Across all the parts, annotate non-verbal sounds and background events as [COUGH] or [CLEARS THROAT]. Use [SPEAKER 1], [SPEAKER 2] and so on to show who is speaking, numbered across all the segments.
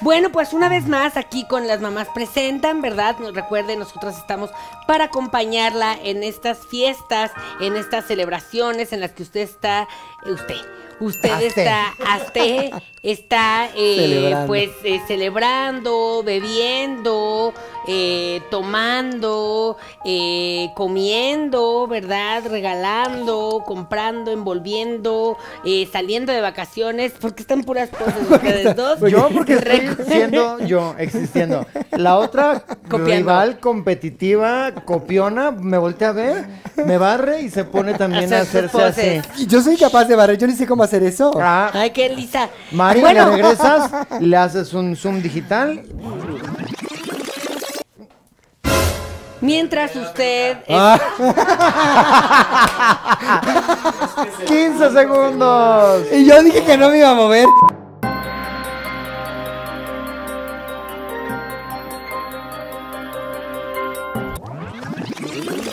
[SPEAKER 1] Bueno, pues una vez más aquí con las mamás presentan, ¿verdad? Nos recuerden, nosotras estamos para acompañarla en estas fiestas, en estas celebraciones en las que usted está, eh, usted, usted
[SPEAKER 2] Asté.
[SPEAKER 1] está, usted está, eh,
[SPEAKER 2] Celebrando.
[SPEAKER 1] pues eh, celebrando, bebiendo, eh, tomando, eh, comiendo, ¿verdad? Regalando, comprando, envolviendo, eh, saliendo de vacaciones, porque están puras cosas ustedes dos.
[SPEAKER 3] Yo porque estoy
[SPEAKER 1] Recu-
[SPEAKER 2] [LAUGHS]
[SPEAKER 3] siendo yo, existiendo. La otra
[SPEAKER 1] Copiando.
[SPEAKER 3] rival competitiva, copiona, me voltea a ver, me barre y se pone también a
[SPEAKER 1] Hacer sus
[SPEAKER 3] hacerse así.
[SPEAKER 1] poses.
[SPEAKER 2] Yo soy capaz de barrer, yo ni sé cómo hacer eso.
[SPEAKER 3] Ah,
[SPEAKER 1] Ay, qué lisa.
[SPEAKER 3] Mari,
[SPEAKER 1] bueno,
[SPEAKER 3] le regresas, le haces un zoom digital.
[SPEAKER 1] mientras usted...
[SPEAKER 3] Ah. 15 segundos.
[SPEAKER 2] Y yo dije que no me iba a mover.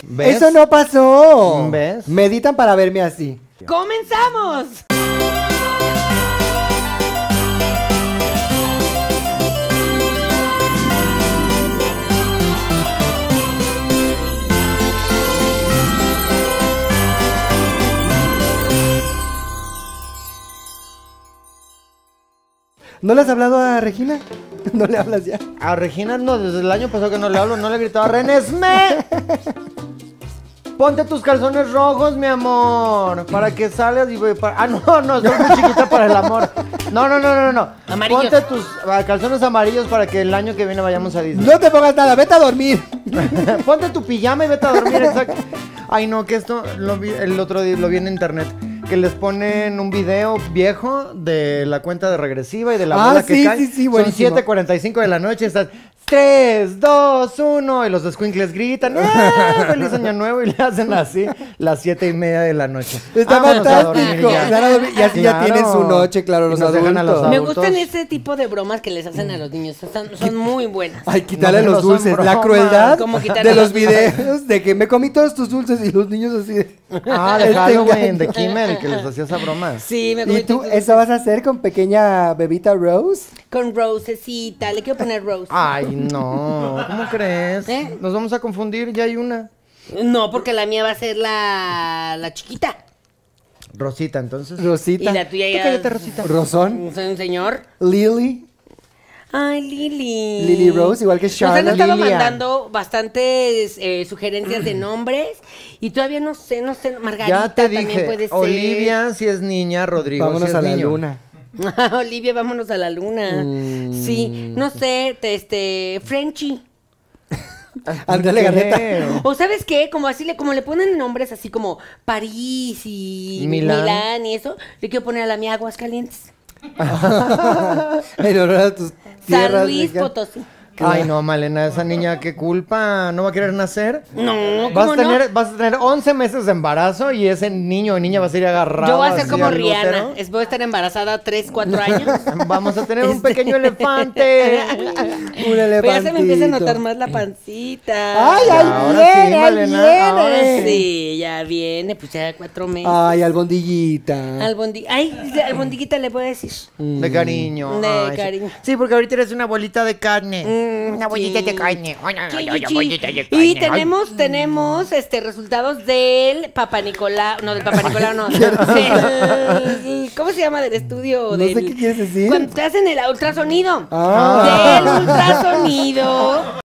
[SPEAKER 3] ¿Ves?
[SPEAKER 2] Eso no pasó.
[SPEAKER 3] ¿Ves?
[SPEAKER 2] Meditan para verme así.
[SPEAKER 1] ¡Comenzamos!
[SPEAKER 2] ¿No le has hablado a Regina? [LAUGHS] ¿No le hablas ya?
[SPEAKER 3] A Regina no, desde el año pasado que no le hablo, no le he gritado, Renesme. Ponte tus calzones rojos, mi amor, para que salgas y... voy para- Ah, no, no, soy muy chiquita para el amor. No, no, no, no, no.
[SPEAKER 1] Amarillos.
[SPEAKER 3] Ponte tus ah, calzones amarillos para que el año que viene vayamos a Disney.
[SPEAKER 2] No te pongas nada, vete a dormir.
[SPEAKER 3] Ah, [LAUGHS] Ponte tu pijama y vete a dormir, exacto. Ay, no, que esto lo vi- el otro día lo vi en internet. Que les ponen un video viejo de la cuenta de regresiva y de la
[SPEAKER 2] Ah,
[SPEAKER 3] bola que
[SPEAKER 2] sí,
[SPEAKER 3] cae.
[SPEAKER 2] sí, sí,
[SPEAKER 3] Son
[SPEAKER 2] buenísimo.
[SPEAKER 3] 7.45 de la noche, estás 3, 2, 1 y los escuincles
[SPEAKER 2] [LAUGHS]
[SPEAKER 3] gritan ¡Eh, ¡Feliz Año Nuevo! y le hacen así las 7 y media de la noche.
[SPEAKER 2] Está
[SPEAKER 3] Vámonos a dormir
[SPEAKER 2] fantástico.
[SPEAKER 3] ya.
[SPEAKER 2] Van a dormir, y así ya
[SPEAKER 3] Claro.
[SPEAKER 2] tienen su noche, claro,
[SPEAKER 3] Y
[SPEAKER 2] los
[SPEAKER 3] nos dejan a los
[SPEAKER 2] adultos.
[SPEAKER 1] Me
[SPEAKER 3] Adultos.
[SPEAKER 1] gustan ese tipo de bromas que les hacen a los niños. Son, son muy buenas.
[SPEAKER 2] Ay, quitarle
[SPEAKER 3] No, no
[SPEAKER 2] los
[SPEAKER 3] son
[SPEAKER 2] dulces, la
[SPEAKER 3] bromas.
[SPEAKER 2] crueldad
[SPEAKER 1] ¿Cómo quitarle
[SPEAKER 2] de los
[SPEAKER 1] los dulces?
[SPEAKER 2] videos de que me comí todos tus dulces y los niños así de...
[SPEAKER 3] Ah,
[SPEAKER 2] [LAUGHS]
[SPEAKER 3] de
[SPEAKER 2] Este
[SPEAKER 3] Halloween,
[SPEAKER 2] engaño.
[SPEAKER 3] de Kimmel, que les hacía esa broma.
[SPEAKER 1] Sí, me
[SPEAKER 2] ¿Y
[SPEAKER 1] gustan.
[SPEAKER 2] tú eso vas a hacer con pequeña bebita Rose?
[SPEAKER 1] Con rosecita. Le quiero poner rose.
[SPEAKER 3] Ay, no, ¿cómo crees?
[SPEAKER 1] ¿Eh?
[SPEAKER 3] Nos vamos a confundir, ya hay una.
[SPEAKER 1] No, porque la mía va a ser la, la chiquita.
[SPEAKER 3] Rosita, entonces.
[SPEAKER 2] Rosita.
[SPEAKER 1] Y la tuya ya-
[SPEAKER 2] Tú cállate, Rosita. Rosón.
[SPEAKER 1] Soy un señor.
[SPEAKER 2] Lily.
[SPEAKER 1] Ay, Lily.
[SPEAKER 2] Lily Rose, igual que
[SPEAKER 1] Nos han
[SPEAKER 2] Charlotte.
[SPEAKER 1] estado
[SPEAKER 2] Lilian.
[SPEAKER 1] mandando bastantes eh, sugerencias
[SPEAKER 3] [CLEARS THROAT]
[SPEAKER 1] de nombres y todavía no sé, no sé. Margarita
[SPEAKER 3] ya te
[SPEAKER 1] también puede
[SPEAKER 3] dije,
[SPEAKER 1] ser.
[SPEAKER 3] Olivia si es niña, Rodrigo si
[SPEAKER 2] Vámonos
[SPEAKER 3] es
[SPEAKER 2] a la
[SPEAKER 3] niño.
[SPEAKER 2] luna.
[SPEAKER 1] [LAUGHS] Olivia, vámonos a la luna. Sí,
[SPEAKER 3] Mm.
[SPEAKER 1] no sé, te- este, Frenchy.
[SPEAKER 2] Andrés Legarreta. [LAUGHS]
[SPEAKER 3] ¿Qué?
[SPEAKER 1] O sabes qué, como así le, como le ponen nombres así como París y Milán,
[SPEAKER 3] Milán.
[SPEAKER 1] y eso, le quiero poner a la mía Aguascalientes.
[SPEAKER 2] En honor a tus
[SPEAKER 1] San
[SPEAKER 2] tierras,
[SPEAKER 1] Luis
[SPEAKER 2] Legar-
[SPEAKER 1] Potosí.
[SPEAKER 3] Ay, no, Malena, esa niña, qué culpa, no va a querer nacer.
[SPEAKER 1] No,
[SPEAKER 3] Vas a,
[SPEAKER 1] ¿cómo no?
[SPEAKER 3] tener, vas a tener 11 meses de embarazo y ese niño o niña va a ser agarrado.
[SPEAKER 1] Yo voy a ser
[SPEAKER 3] así
[SPEAKER 1] como
[SPEAKER 3] al
[SPEAKER 1] Rihanna.
[SPEAKER 3] gotero.
[SPEAKER 1] Es, voy a estar embarazada
[SPEAKER 3] [LAUGHS]
[SPEAKER 1] 3, 4 años.
[SPEAKER 3] Vamos a tener un
[SPEAKER 1] Este. [LAUGHS]
[SPEAKER 3] pequeño elefante.
[SPEAKER 2] Un
[SPEAKER 1] Pero ya
[SPEAKER 2] elefantito.
[SPEAKER 1] se me empieza a notar más la pancita. Ah,
[SPEAKER 2] Ay, ay,
[SPEAKER 3] Ahora sí,
[SPEAKER 2] viene, ahí
[SPEAKER 3] Malena, ahora
[SPEAKER 2] viene.
[SPEAKER 1] Sí, ya viene, pues ya cuatro meses.
[SPEAKER 3] Ah.
[SPEAKER 2] Ay, albondiguita.
[SPEAKER 1] Albondi- Ay, albondiguita le puedo decir.
[SPEAKER 3] De cariño.
[SPEAKER 1] De
[SPEAKER 3] ay, sí.
[SPEAKER 1] cariño. Mm,
[SPEAKER 3] Sí, porque ahorita eres una bolita de carne.
[SPEAKER 1] Una
[SPEAKER 4] abuelita de carne. Una,
[SPEAKER 1] Sí,
[SPEAKER 4] una, una
[SPEAKER 1] sí.
[SPEAKER 4] abuelita de carne.
[SPEAKER 1] Y tenemos, tenemos este resultados del Papa Nicolau, no del Papa Nicolau, no. del- ¿Cómo se llama del estudio?
[SPEAKER 2] No
[SPEAKER 1] del-
[SPEAKER 2] sé qué quieres decir.
[SPEAKER 1] Cuando te hacen el ultrasonido.
[SPEAKER 2] Ah.
[SPEAKER 1] Del ultrasonido.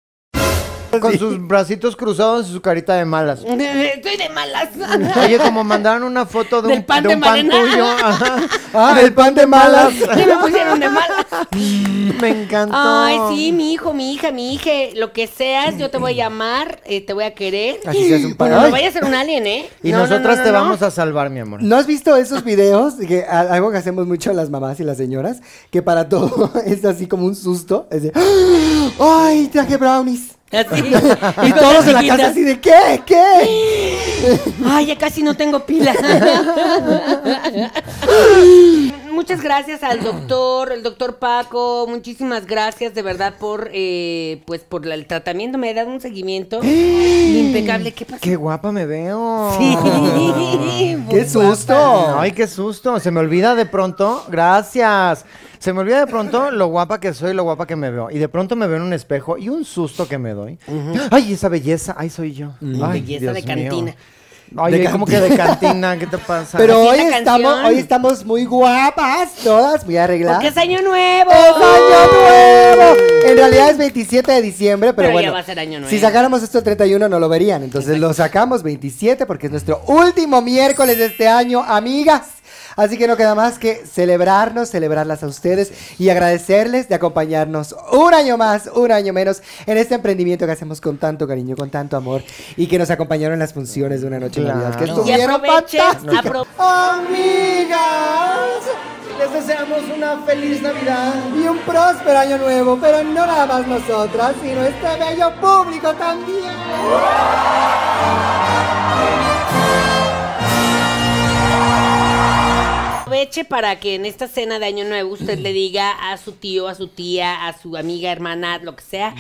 [SPEAKER 3] Con sus bracitos cruzados y su carita de malas.
[SPEAKER 1] Estoy de malas.
[SPEAKER 3] Oye, como mandaron una foto de
[SPEAKER 1] Del
[SPEAKER 3] un,
[SPEAKER 1] pan
[SPEAKER 3] de
[SPEAKER 1] de
[SPEAKER 3] un pan
[SPEAKER 1] Malena.
[SPEAKER 3] tuyo. ajá.
[SPEAKER 2] Ah, el pan de malas.
[SPEAKER 1] [LAUGHS] Ya me pusieron de malas.
[SPEAKER 3] Me encantó.
[SPEAKER 1] Ay, sí, mi hijo, mi hija, mi hija, lo que seas, yo te voy a amar, eh, te voy a querer.
[SPEAKER 2] Así se hace un pan.
[SPEAKER 1] Pero no
[SPEAKER 2] Ay.
[SPEAKER 1] vayas a ser un alien, ¿eh?
[SPEAKER 3] Y
[SPEAKER 1] No, no,
[SPEAKER 3] nosotras
[SPEAKER 1] no,
[SPEAKER 3] te
[SPEAKER 1] no, no.
[SPEAKER 3] vamos a salvar, mi amor.
[SPEAKER 2] ¿No has visto esos videos? Que, a- algo que hacemos mucho las mamás y las señoras, que para todo [LAUGHS] es así como un susto. Es de, [GASPS] ¡ay, traje brownies!
[SPEAKER 1] Así.
[SPEAKER 2] [LAUGHS] Y todos en la casa así de, ¿qué? ¿Qué? [LAUGHS]
[SPEAKER 1] Ay, ya casi no tengo pila. muchas gracias al doctor, el doctor Paco, muchísimas gracias de verdad por, eh, pues por la- el tratamiento, me ha dado un seguimiento
[SPEAKER 2] ¡Eh!
[SPEAKER 1] impecable. ¿Qué pasó?
[SPEAKER 3] Qué guapa me veo.
[SPEAKER 1] Sí, muy
[SPEAKER 2] ¡Qué susto!
[SPEAKER 3] Ay, qué susto. Se me olvida de pronto. Gracias. Se me olvida de pronto lo guapa que soy, lo guapa que me veo. Y de pronto me veo en un espejo y un susto que me doy. Ay, esa belleza. Ay, soy yo. Ay,
[SPEAKER 1] Belleza
[SPEAKER 3] Dios
[SPEAKER 1] de
[SPEAKER 3] mío.
[SPEAKER 1] cantina.
[SPEAKER 3] Ay,
[SPEAKER 2] De
[SPEAKER 3] ay, como que de cantina, ¿qué te pasa?
[SPEAKER 2] Pero
[SPEAKER 1] Así
[SPEAKER 2] hoy
[SPEAKER 1] la
[SPEAKER 2] estamos,
[SPEAKER 1] canción.
[SPEAKER 2] hoy estamos muy guapas, todas muy arregladas.
[SPEAKER 1] Porque es año nuevo.
[SPEAKER 2] ¡Es año nuevo! En realidad es 27 de diciembre, pero,
[SPEAKER 1] Pero ya
[SPEAKER 2] bueno.
[SPEAKER 1] va a ser año nuevo.
[SPEAKER 2] Si sacáramos esto el 31 no lo verían. Entonces lo sacamos 27 porque es nuestro último miércoles de este año, amigas. Así que no queda más que celebrarnos, celebrarlas a ustedes y agradecerles de acompañarnos un año más, un año menos en este emprendimiento que hacemos con tanto cariño, con tanto amor y que nos acompañaron en las funciones de una noche de
[SPEAKER 3] Claro.
[SPEAKER 2] navidad que
[SPEAKER 3] Y
[SPEAKER 1] Y
[SPEAKER 2] estuvieron
[SPEAKER 1] aprovechen,
[SPEAKER 2] fantásticas.
[SPEAKER 1] apro-
[SPEAKER 2] Amigas,
[SPEAKER 3] Les deseamos una feliz Navidad.
[SPEAKER 2] y un próspero año nuevo, pero no nada más nosotras, sino este bello público también.
[SPEAKER 1] aproveche para que en esta cena de año nuevo usted le diga a su tío, a su tía, a su amiga, hermana, lo que sea.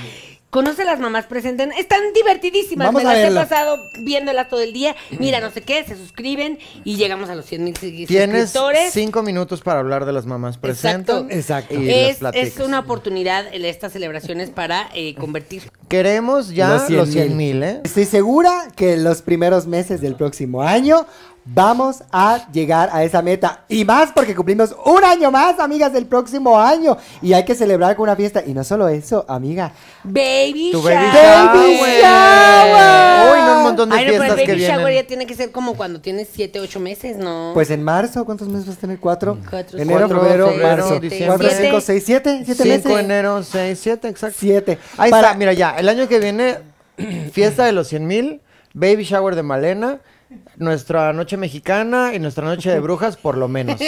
[SPEAKER 1] Conoce a las mamás presenten, están divertidísimas.
[SPEAKER 2] Vamos
[SPEAKER 1] Me
[SPEAKER 2] a
[SPEAKER 1] las he
[SPEAKER 2] verlas.
[SPEAKER 1] pasado viéndolas todo el día. Mira, no sé qué, se suscriben y llegamos a los 100 mil
[SPEAKER 3] Tienes
[SPEAKER 1] suscriptores.
[SPEAKER 3] cinco minutos para hablar de las mamás presentes.
[SPEAKER 2] Exacto.
[SPEAKER 3] Y les
[SPEAKER 1] Es, es
[SPEAKER 3] platicas.
[SPEAKER 1] una oportunidad el- estas celebraciones para eh, convertir.
[SPEAKER 3] Queremos ya los 100 mil, ¿eh?
[SPEAKER 2] Estoy segura que en los primeros meses del próximo año vamos a llegar a esa meta. Y más porque cumplimos un año más, amigas, del próximo año. Y hay que celebrar con una fiesta. Y no solo eso, amiga.
[SPEAKER 1] Baby
[SPEAKER 3] Tu baby
[SPEAKER 1] shower.
[SPEAKER 2] Baby shower.
[SPEAKER 3] Uy, no, un montón de
[SPEAKER 1] Ay, no, pero el
[SPEAKER 3] fiestas
[SPEAKER 1] baby
[SPEAKER 3] que
[SPEAKER 1] shower ya
[SPEAKER 3] vienen.
[SPEAKER 1] tiene que ser como cuando tienes 7, 8 meses, ¿no?
[SPEAKER 2] Pues en marzo, ¿cuántos meses vas a tener? Mm. ¿Cuatro?
[SPEAKER 1] Cuatro,
[SPEAKER 2] enero,
[SPEAKER 1] cinco,
[SPEAKER 2] febrero,
[SPEAKER 1] seis,
[SPEAKER 2] marzo.
[SPEAKER 1] siete,
[SPEAKER 2] ¿Cuatro,
[SPEAKER 1] siete.
[SPEAKER 2] cinco, seis, siete? ¿Siete
[SPEAKER 3] 5 de
[SPEAKER 2] meses?
[SPEAKER 3] enero, 6, 7, exacto.
[SPEAKER 2] Siete.
[SPEAKER 3] Ahí
[SPEAKER 2] Para-
[SPEAKER 3] está, mira ya, el año que viene, [CLEARS THROAT] fiesta de los 100 mil, baby shower de Malena, nuestra noche mexicana y nuestra noche de brujas, por lo menos.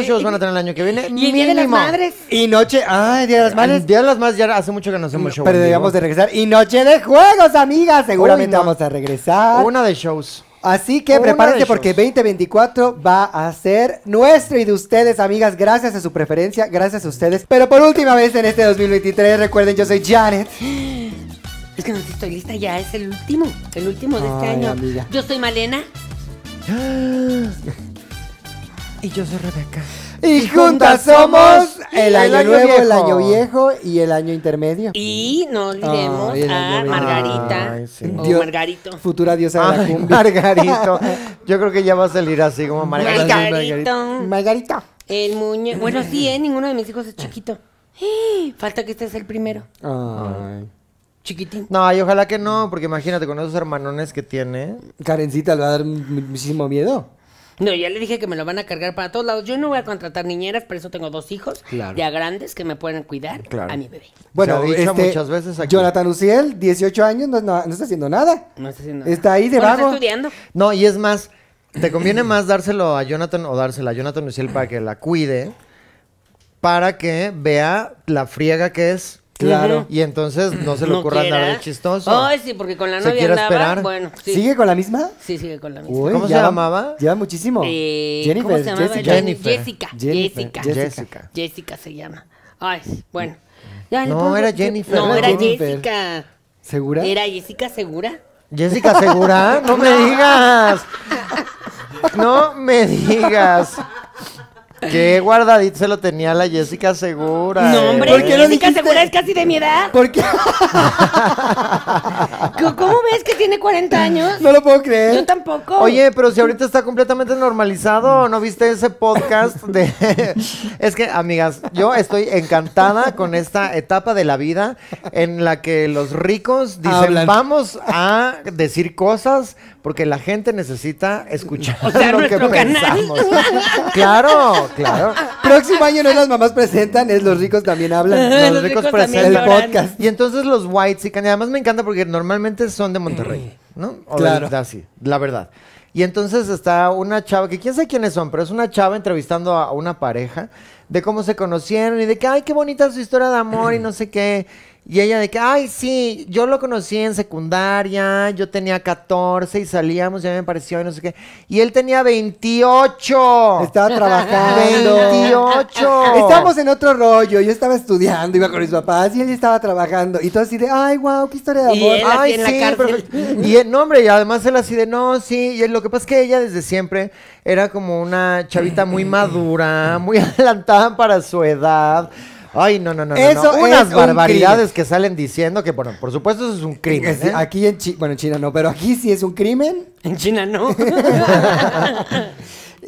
[SPEAKER 1] [LAUGHS] Sí.
[SPEAKER 3] shows van a tener el año que viene.
[SPEAKER 1] y el día de las
[SPEAKER 3] mínimo.
[SPEAKER 1] madres.
[SPEAKER 2] Y noche, ay, Día de las Madres.
[SPEAKER 3] Al Día de las Madres ya hace mucho que no hacemos show.
[SPEAKER 2] Pero
[SPEAKER 3] en vivo.
[SPEAKER 2] debíamos de regresar. Y noche de juegos, amigas. Seguramente
[SPEAKER 3] Uy, no.
[SPEAKER 2] vamos a regresar.
[SPEAKER 3] Una de shows.
[SPEAKER 2] Así que
[SPEAKER 3] Una
[SPEAKER 2] prepárense
[SPEAKER 3] de
[SPEAKER 2] porque
[SPEAKER 3] shows.
[SPEAKER 2] 2024 va a ser nuestro y de ustedes, amigas. Gracias a su preferencia, gracias a ustedes. Pero por última vez en este 2023, recuerden, yo soy Janet.
[SPEAKER 1] Es que no sé si estoy lista, ya es el último, el último de este
[SPEAKER 2] Ay,
[SPEAKER 1] año.
[SPEAKER 2] amiga.
[SPEAKER 1] Yo soy Malena.
[SPEAKER 3] Y yo soy Rebeca.
[SPEAKER 2] Y juntas somos el año, nuevo, el
[SPEAKER 3] viejo.
[SPEAKER 2] año viejo y el año intermedio.
[SPEAKER 1] Y no olvidemos
[SPEAKER 2] Ay, el
[SPEAKER 1] a
[SPEAKER 2] año
[SPEAKER 1] Margarita
[SPEAKER 3] veinte. Ay, sí.
[SPEAKER 1] o
[SPEAKER 2] Dios-
[SPEAKER 1] Margarito.
[SPEAKER 2] Futura diosa de la
[SPEAKER 3] Ay,
[SPEAKER 2] cumbia.
[SPEAKER 3] Margarito.
[SPEAKER 2] [LAUGHS]
[SPEAKER 3] [LAUGHS] Yo creo que ya va a salir así como Margarita.
[SPEAKER 1] Margarito.
[SPEAKER 2] Margarita.
[SPEAKER 1] El muñe. Bueno, sí, ¿eh? ninguno de mis hijos es chiquito. Falta que este es el primero.
[SPEAKER 2] Ay.
[SPEAKER 1] Chiquitín.
[SPEAKER 3] No, y ojalá que no, porque imagínate con esos hermanones que tiene.
[SPEAKER 2] Karencita le va a dar mu- muchísimo miedo.
[SPEAKER 1] No, ya le dije que me lo van a cargar para todos lados. Yo no voy a contratar niñeras, por eso tengo dos hijos
[SPEAKER 2] Claro.
[SPEAKER 1] ya grandes que me pueden cuidar
[SPEAKER 3] Claro.
[SPEAKER 1] a mi bebé.
[SPEAKER 2] Bueno,
[SPEAKER 3] Se ha dicho
[SPEAKER 2] este,
[SPEAKER 3] muchas veces aquí.
[SPEAKER 2] Jonathan Uciel, 18 años, no, no- no está haciendo nada.
[SPEAKER 1] No está haciendo nada.
[SPEAKER 2] Está ahí de
[SPEAKER 1] Bueno,
[SPEAKER 2] vago.
[SPEAKER 1] Está estudiando.
[SPEAKER 3] No, y es más, te conviene más dárselo a Jonathan o dársela a Jonathan Uciel para que la cuide, para que vea la friega que es.
[SPEAKER 2] Claro.
[SPEAKER 3] Y entonces no se le
[SPEAKER 1] No
[SPEAKER 3] ocurra andar
[SPEAKER 1] quiera.
[SPEAKER 3] de chistoso.
[SPEAKER 1] Ay, sí, porque con la
[SPEAKER 3] Se
[SPEAKER 1] novia
[SPEAKER 3] quiere
[SPEAKER 1] andaba.
[SPEAKER 3] esperar.
[SPEAKER 1] Bueno, sí.
[SPEAKER 2] ¿Sigue con la misma?
[SPEAKER 1] Sí, sigue con la misma.
[SPEAKER 2] Uy,
[SPEAKER 3] ¿Cómo se
[SPEAKER 2] ya va-
[SPEAKER 3] llamaba?
[SPEAKER 2] Lleva muchísimo.
[SPEAKER 1] Eh,
[SPEAKER 2] Jennifer,
[SPEAKER 1] ¿Cómo se llamaba?
[SPEAKER 2] Jessica.
[SPEAKER 1] Jen-
[SPEAKER 3] Jennifer.
[SPEAKER 1] Jessica.
[SPEAKER 2] Jennifer,
[SPEAKER 1] Jessica.
[SPEAKER 2] Jessica.
[SPEAKER 3] Jessica.
[SPEAKER 1] Jessica se llama. Ay, bueno. Ya,
[SPEAKER 3] No,
[SPEAKER 1] entonces,
[SPEAKER 3] era
[SPEAKER 1] ¿qué?
[SPEAKER 3] Jennifer.
[SPEAKER 1] No, era
[SPEAKER 2] Era Jennifer.
[SPEAKER 1] Jessica.
[SPEAKER 2] ¿Segura?
[SPEAKER 1] Era Jessica segura.
[SPEAKER 3] Jessica Segura, no me digas. No me digas. Qué guardadito se lo tenía la Jessica Segura.
[SPEAKER 1] No,
[SPEAKER 3] eh.
[SPEAKER 1] hombre,
[SPEAKER 2] ¿Por qué no
[SPEAKER 1] Jessica
[SPEAKER 2] dijiste?
[SPEAKER 1] segura es casi de mi edad.
[SPEAKER 2] ¿Por qué? [LAUGHS]
[SPEAKER 1] ¿Cómo cómo ves que tiene 40 años?
[SPEAKER 2] no lo puedo
[SPEAKER 1] Yo
[SPEAKER 2] creer.
[SPEAKER 1] tampoco.
[SPEAKER 3] Oye, pero si ahorita está completamente normalizado, ¿no viste ese podcast de... [LAUGHS] es que, amigas, yo estoy encantada con esta etapa de la vida en la que los ricos dicen,
[SPEAKER 2] Hablan.
[SPEAKER 3] vamos a decir cosas porque la gente necesita escuchar
[SPEAKER 1] O sea,
[SPEAKER 3] lo que
[SPEAKER 1] nuestro canal.
[SPEAKER 3] pensamos. claro, claro.
[SPEAKER 2] Próximo año no es las mamás presentan, es los ricos
[SPEAKER 1] [LAUGHS]
[SPEAKER 2] también hablan.
[SPEAKER 1] Los
[SPEAKER 3] los
[SPEAKER 1] ricos
[SPEAKER 3] ricos
[SPEAKER 1] también
[SPEAKER 2] El
[SPEAKER 3] presentan.
[SPEAKER 1] lloran.
[SPEAKER 2] podcast.
[SPEAKER 3] Y entonces los whites y además me encanta porque normalmente son
[SPEAKER 1] [CLEARS THROAT]
[SPEAKER 3] de Monterrey, ¿no? O de-
[SPEAKER 2] Claro.
[SPEAKER 3] de así, la verdad. Y entonces está una chava, que quién sabe quiénes son, pero es una chava entrevistando a una pareja de cómo se conocieron y de que, ay, qué bonita su historia de amor y no sé qué. Y ella de que, ay, sí, yo lo conocí en secundaria, yo tenía 14 y salíamos, ya me pareció y no sé qué. Y él tenía 28.
[SPEAKER 2] Estaba trabajando.
[SPEAKER 3] 28.
[SPEAKER 2] Estamos en otro rollo. Yo estaba estudiando, iba con mis papás y él estaba trabajando. Y todo así de, ay, wow, qué historia de
[SPEAKER 1] Y
[SPEAKER 2] amor. Ah,
[SPEAKER 1] él así en la cárcel.
[SPEAKER 3] perfecto. Y el nombre, y además él así de, no, sí. Y lo que pasa es que ella desde siempre era como una
[SPEAKER 1] [LAUGHS]
[SPEAKER 3] chavita muy madura, muy adelantada para su edad. Ay, no, no, no, no,
[SPEAKER 2] Eso
[SPEAKER 3] no. Unas
[SPEAKER 2] es un
[SPEAKER 3] barbaridades que salen diciendo que, bueno, por supuesto eso es un crimen.
[SPEAKER 2] Es-
[SPEAKER 3] ¿eh?
[SPEAKER 2] Aquí en China, bueno, en China no, pero aquí sí es un crimen
[SPEAKER 1] En China no. [LAUGHS]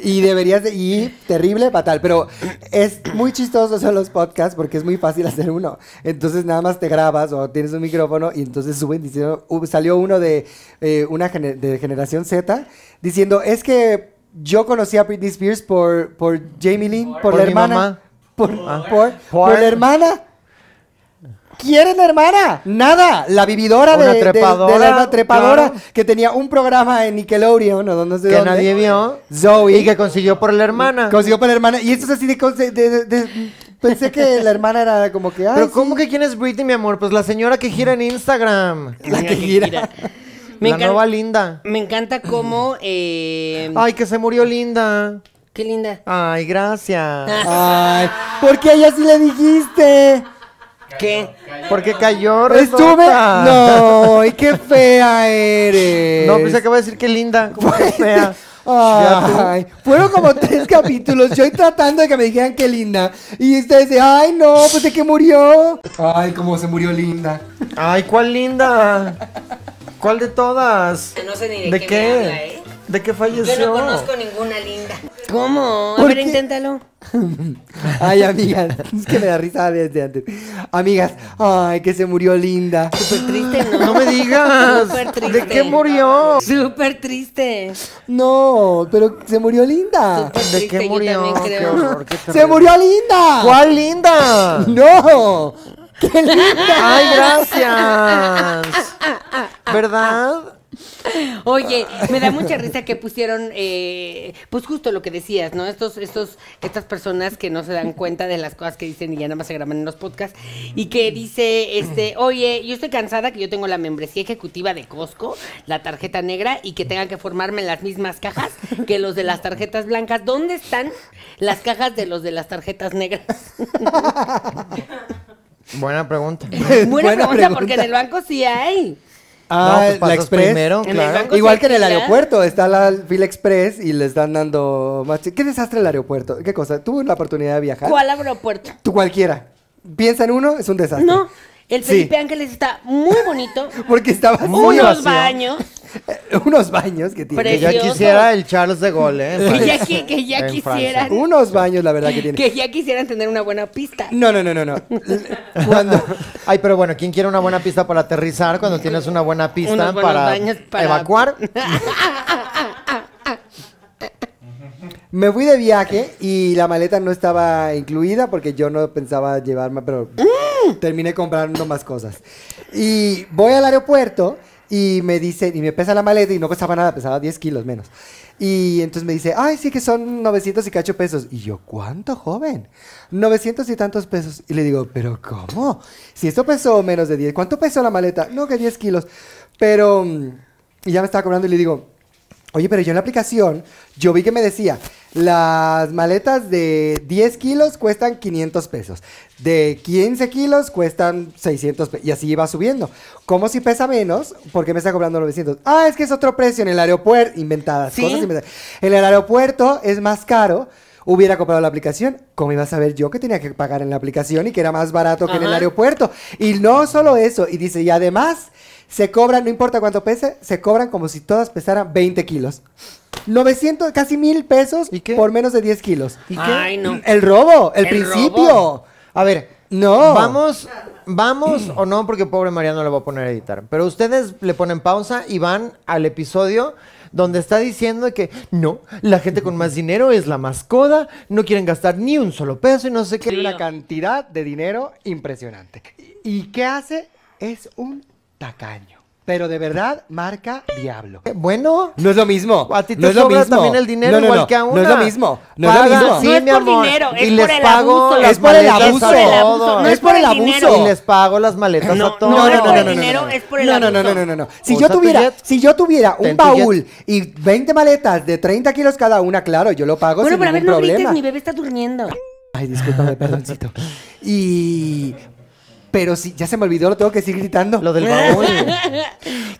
[SPEAKER 2] y deberías de, y terrible, fatal, pero es muy chistoso hacer los podcasts porque es muy fácil hacer uno. Entonces nada más te grabas o tienes un micrófono y entonces suben diciendo, "Uh, salió uno de eh, una gene- de generación Z diciendo, es que yo conocí a Britney Spears por, por Jamie Lynn, por,
[SPEAKER 3] Por
[SPEAKER 2] la
[SPEAKER 3] mi
[SPEAKER 2] hermana.
[SPEAKER 3] mamá.
[SPEAKER 2] Por,
[SPEAKER 3] Ah.
[SPEAKER 2] por,
[SPEAKER 3] Por-
[SPEAKER 2] por la hermana. ¿Quieren hermana? Nada. La vividora
[SPEAKER 3] Una
[SPEAKER 2] de, de- de la
[SPEAKER 3] trepadora,
[SPEAKER 2] herma- trepadora
[SPEAKER 3] claro.
[SPEAKER 2] que tenía un programa en Nickelodeon o no sé
[SPEAKER 3] que
[SPEAKER 2] dónde.
[SPEAKER 3] nadie vio.
[SPEAKER 2] Zoe.
[SPEAKER 3] Y que consiguió por la hermana.
[SPEAKER 2] Consiguió para la hermana. Y esto es así de, cos- de- de- de- Pensé que la hermana era como que. Ay,
[SPEAKER 3] Pero
[SPEAKER 2] sí.
[SPEAKER 3] ¿cómo que quién es Britney, mi amor? Pues la señora que gira en Instagram.
[SPEAKER 1] La
[SPEAKER 2] que gira.
[SPEAKER 1] Me,
[SPEAKER 3] la
[SPEAKER 1] encan-
[SPEAKER 3] nueva Ah. Linda.
[SPEAKER 1] me encanta cómo. eh,
[SPEAKER 3] Ay, que se murió Linda.
[SPEAKER 1] qué linda.
[SPEAKER 3] Ay, gracias.
[SPEAKER 2] Ay, porque a ella sí le dijiste.
[SPEAKER 1] ¿Qué?
[SPEAKER 3] Porque cayó
[SPEAKER 2] Estuve.
[SPEAKER 3] redota.
[SPEAKER 2] No, y qué fea eres.
[SPEAKER 3] No, pues acabo de decir que linda. Como que fea.
[SPEAKER 2] Ay, fueron como tres capítulos. Yo tratando de que me dijeran que linda. Y ustedes de, ay, no, pues de que murió. Ay, como se murió linda.
[SPEAKER 3] [LAUGHS] Ay, ¿cuál linda? ¿Cuál de todas?
[SPEAKER 1] No sé ni de qué me habla, ¿eh?
[SPEAKER 3] ¿De qué falleció?
[SPEAKER 1] ninguna linda. ¿Cómo? A
[SPEAKER 2] ¿Por
[SPEAKER 1] ver,
[SPEAKER 2] qué?
[SPEAKER 1] inténtalo.
[SPEAKER 2] Ay, amigas, es que me da risa desde antes. Amigas, ay, que se murió linda.
[SPEAKER 1] Súper triste, ¿no?
[SPEAKER 3] No me digas.
[SPEAKER 1] Súper triste.
[SPEAKER 3] ¿De qué murió?
[SPEAKER 1] Súper triste.
[SPEAKER 2] No, pero se murió linda.
[SPEAKER 1] Súper
[SPEAKER 3] ¿De
[SPEAKER 1] triste,
[SPEAKER 3] qué
[SPEAKER 1] yo
[SPEAKER 3] murió?
[SPEAKER 1] también
[SPEAKER 3] Qué
[SPEAKER 1] creo.
[SPEAKER 3] horror, qué terrible.
[SPEAKER 2] ¡Se murió linda!
[SPEAKER 1] [LAUGHS]
[SPEAKER 3] ¿Cuál linda?
[SPEAKER 2] ¡No! ¡Qué linda!
[SPEAKER 3] Ay, gracias. ¿Verdad?
[SPEAKER 1] Oye, me da mucha risa que pusieron, eh, pues justo lo que decías, ¿no? Estos, estos, estas personas que no se dan cuenta de las cosas que dicen y ya nada más se graban en los podcasts y que dice, este, oye, yo estoy cansada que yo tengo la membresía ejecutiva de Costco, la tarjeta negra y que tengan que formarme en las mismas cajas que los de las tarjetas blancas. ¿Dónde están las cajas de los de las tarjetas negras?
[SPEAKER 3] Buena [LAUGHS] pregunta. pues,
[SPEAKER 1] Buena, pregunta, porque en el banco sí hay.
[SPEAKER 2] Ah,
[SPEAKER 3] No, pues
[SPEAKER 2] la
[SPEAKER 3] pasas
[SPEAKER 2] Express.
[SPEAKER 3] primero,
[SPEAKER 1] En el
[SPEAKER 3] claro.
[SPEAKER 1] banco
[SPEAKER 2] Igual
[SPEAKER 1] sí
[SPEAKER 2] que en el
[SPEAKER 1] hay fila.
[SPEAKER 2] aeropuerto, está la fila express y le están dando más... chi- ¿Qué desastre el aeropuerto? ¿Qué cosa? ¿Tuvo la oportunidad de viajar?
[SPEAKER 1] ¿Cuál aeropuerto?
[SPEAKER 2] Tú cualquiera. Piensa en uno, es un desastre.
[SPEAKER 1] No, el
[SPEAKER 2] Sí.
[SPEAKER 1] Felipe Ángeles está muy bonito.
[SPEAKER 2] Porque estaba así.
[SPEAKER 1] Muy unos
[SPEAKER 3] vacío.
[SPEAKER 1] baños
[SPEAKER 2] unos baños que tiene.
[SPEAKER 3] Que ya
[SPEAKER 1] Precioso.
[SPEAKER 3] quisiera el Charles de Gaulle, ¿eh? en
[SPEAKER 1] que ya,
[SPEAKER 3] París.
[SPEAKER 1] qui- que ya
[SPEAKER 3] En Francia.
[SPEAKER 1] quisieran
[SPEAKER 2] Unos baños, la verdad, que tiene.
[SPEAKER 1] que ya quisieran tener una buena pista.
[SPEAKER 2] No, no, no, no, no.
[SPEAKER 1] [LAUGHS]
[SPEAKER 2] Cuando...
[SPEAKER 3] Ay, pero bueno, ¿quién quiere una buena pista para aterrizar cuando tienes una buena pista
[SPEAKER 1] Unos buenos
[SPEAKER 3] para,
[SPEAKER 1] baños para-
[SPEAKER 3] evacuar?
[SPEAKER 2] Me fui de viaje y la maleta no estaba incluida porque yo no pensaba llevarme, pero terminé comprando más cosas. Y voy al aeropuerto y me dice, y me pesa la maleta y no pesaba nada, pesaba 10 kilos menos. Y entonces me dice, ay, sí que son 900 y cacho pesos. Y yo, ¿cuánto, joven? 900 y tantos pesos. Y le digo, ¿pero cómo? Si esto pesó menos de 10, ¿cuánto pesó la maleta? No, que 10 kilos. Pero, mm, y ya me estaba cobrando y le digo, Oye, pero yo en la aplicación, yo vi que me decía, las maletas de 10 kilos cuestan 500 pesos, de 15 kilos cuestan 600 pesos, y así iba subiendo. ¿Cómo si pesa menos? ¿Por qué me está cobrando 900? Ah, es que es otro precio en el aeropuerto, inventadas,
[SPEAKER 1] Sí.
[SPEAKER 2] cosas inventadas. En el aeropuerto es más caro. Hubiera comprado la aplicación, ¿cómo iba a saber yo que tenía que pagar en la aplicación y que era más barato que en el
[SPEAKER 1] Ajá.
[SPEAKER 2] aeropuerto? Y no solo eso, y dice, y además se cobran, no importa cuánto pese, se cobran como si todas pesaran 20 kilos. 900, casi mil pesos
[SPEAKER 3] ¿Y qué?
[SPEAKER 2] por menos de 10 kilos.
[SPEAKER 3] ¿Y qué?
[SPEAKER 1] Ay, no.
[SPEAKER 2] El robo, el,
[SPEAKER 1] El
[SPEAKER 2] principio.
[SPEAKER 1] robo.
[SPEAKER 3] A ver,
[SPEAKER 2] No.
[SPEAKER 3] Vamos, vamos o no, porque pobre María no le voy a poner a editar. Pero ustedes le ponen pausa y van al episodio donde está diciendo que no, la gente con más dinero es la más coda, no quieren gastar ni un solo peso y no sé qué.
[SPEAKER 2] Tiene una cantidad de dinero impresionante. ¿Y qué hace? Es un tacaño. pero de verdad marca diablo.
[SPEAKER 3] Eh, Bueno.
[SPEAKER 2] No es lo mismo.
[SPEAKER 3] A ti te
[SPEAKER 2] no es lo
[SPEAKER 3] sobra
[SPEAKER 2] mismo.
[SPEAKER 3] también el dinero
[SPEAKER 2] No, no,
[SPEAKER 3] igual
[SPEAKER 2] no.
[SPEAKER 3] que a
[SPEAKER 2] No
[SPEAKER 3] una.
[SPEAKER 2] es lo mismo. No es lo
[SPEAKER 3] Pagan,
[SPEAKER 2] mismo.
[SPEAKER 3] sí,
[SPEAKER 1] No es
[SPEAKER 3] mi
[SPEAKER 1] por
[SPEAKER 3] amor.
[SPEAKER 1] dinero, es
[SPEAKER 3] y
[SPEAKER 1] por
[SPEAKER 3] les
[SPEAKER 1] el
[SPEAKER 3] pago
[SPEAKER 1] abuso.
[SPEAKER 3] las
[SPEAKER 2] Es por el
[SPEAKER 3] maletas
[SPEAKER 2] abuso.
[SPEAKER 3] a
[SPEAKER 2] Es por el
[SPEAKER 3] todos.
[SPEAKER 1] abuso, no
[SPEAKER 2] es por el
[SPEAKER 1] dinero.
[SPEAKER 2] abuso.
[SPEAKER 3] Y les pago las maletas
[SPEAKER 1] No,
[SPEAKER 3] a todos.
[SPEAKER 1] no,
[SPEAKER 2] no,
[SPEAKER 1] es
[SPEAKER 2] no,
[SPEAKER 1] por
[SPEAKER 2] no,
[SPEAKER 1] el
[SPEAKER 2] no, no,
[SPEAKER 1] dinero,
[SPEAKER 2] no.
[SPEAKER 1] es por el
[SPEAKER 2] No, no,
[SPEAKER 1] abuso.
[SPEAKER 2] no, no, no, no, no. Si
[SPEAKER 3] Usa
[SPEAKER 2] yo
[SPEAKER 3] tu
[SPEAKER 2] tuviera,
[SPEAKER 3] jet.
[SPEAKER 2] si yo tuviera
[SPEAKER 3] Ten
[SPEAKER 2] un
[SPEAKER 3] tu
[SPEAKER 2] baúl y 20 maletas de 30 kilos cada una, claro, yo lo pago
[SPEAKER 1] Bueno,
[SPEAKER 2] sin
[SPEAKER 1] pero a ver,
[SPEAKER 2] ningún
[SPEAKER 1] no
[SPEAKER 2] problema.
[SPEAKER 1] grites, mi bebé está
[SPEAKER 2] [LAUGHS]
[SPEAKER 1] durmiendo.
[SPEAKER 2] Ay,
[SPEAKER 3] [LAUGHS]
[SPEAKER 2] discúlpame, perdoncito. Y pero si ya se me olvidó, lo tengo que seguir gritando.
[SPEAKER 1] [LAUGHS]
[SPEAKER 3] Lo del
[SPEAKER 2] [LAUGHS]
[SPEAKER 3] baúl.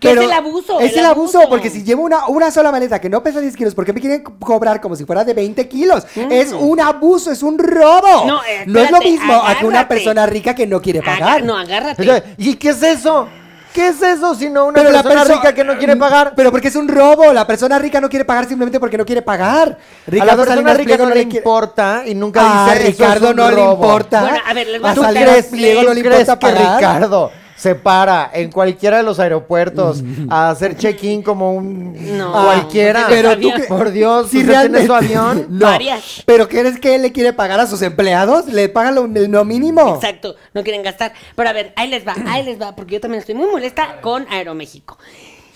[SPEAKER 1] ¿Qué
[SPEAKER 2] Pero
[SPEAKER 1] es el abuso?
[SPEAKER 2] Es el, abuso, porque si llevo una, una sola maleta que no pesa 10 kilos, ¿por qué me quieren co- cobrar como si fuera de 20 kilos? Es un abuso, es un robo.
[SPEAKER 1] Mm. No,
[SPEAKER 2] es lo
[SPEAKER 1] espérate,
[SPEAKER 2] mismo a que una
[SPEAKER 1] agárrate.
[SPEAKER 2] persona rica que no quiere
[SPEAKER 1] Aga-
[SPEAKER 2] pagar.
[SPEAKER 1] no, agárrate.
[SPEAKER 3] Oye, ¿Y qué es eso? ¿Qué es eso si no una persona
[SPEAKER 2] perso-
[SPEAKER 3] rica que no quiere pagar?
[SPEAKER 2] Mm, Pero porque es un robo. La persona rica no quiere pagar simplemente porque no quiere pagar.
[SPEAKER 3] a la persona
[SPEAKER 2] Salinas
[SPEAKER 3] rica
[SPEAKER 2] Pliego
[SPEAKER 3] no le
[SPEAKER 2] quiere-
[SPEAKER 3] importa y nunca
[SPEAKER 2] Ah,
[SPEAKER 3] dice "Eso
[SPEAKER 2] Ricardo
[SPEAKER 3] es un
[SPEAKER 2] no le
[SPEAKER 3] robo".
[SPEAKER 2] importa.
[SPEAKER 1] Bueno, a ver, les voy a
[SPEAKER 2] a
[SPEAKER 3] ¿Tú
[SPEAKER 1] contar-
[SPEAKER 2] Salinas
[SPEAKER 3] crees,
[SPEAKER 2] Pliego no le
[SPEAKER 3] tú crees
[SPEAKER 2] importa
[SPEAKER 3] que
[SPEAKER 2] pagar.
[SPEAKER 3] Ricardo se para en cualquiera de
[SPEAKER 2] [LAUGHS]
[SPEAKER 3] los aeropuertos a hacer check-in como un
[SPEAKER 1] No.
[SPEAKER 3] cualquiera?
[SPEAKER 1] Ah,
[SPEAKER 2] Pero tú,
[SPEAKER 1] avión.
[SPEAKER 2] cre-
[SPEAKER 3] por Dios,
[SPEAKER 2] si
[SPEAKER 3] ¿usted
[SPEAKER 2] realmente
[SPEAKER 3] tiene su
[SPEAKER 2] [LAUGHS]
[SPEAKER 3] avión?
[SPEAKER 2] no.
[SPEAKER 1] Varias.
[SPEAKER 2] Pero ¿crees que él le quiere pagar a sus empleados? Le pagan lo, lo mínimo.
[SPEAKER 1] Exacto, no quieren gastar. Pero a ver, ahí les va, ahí les va, porque yo también estoy muy molesta con Aeroméxico.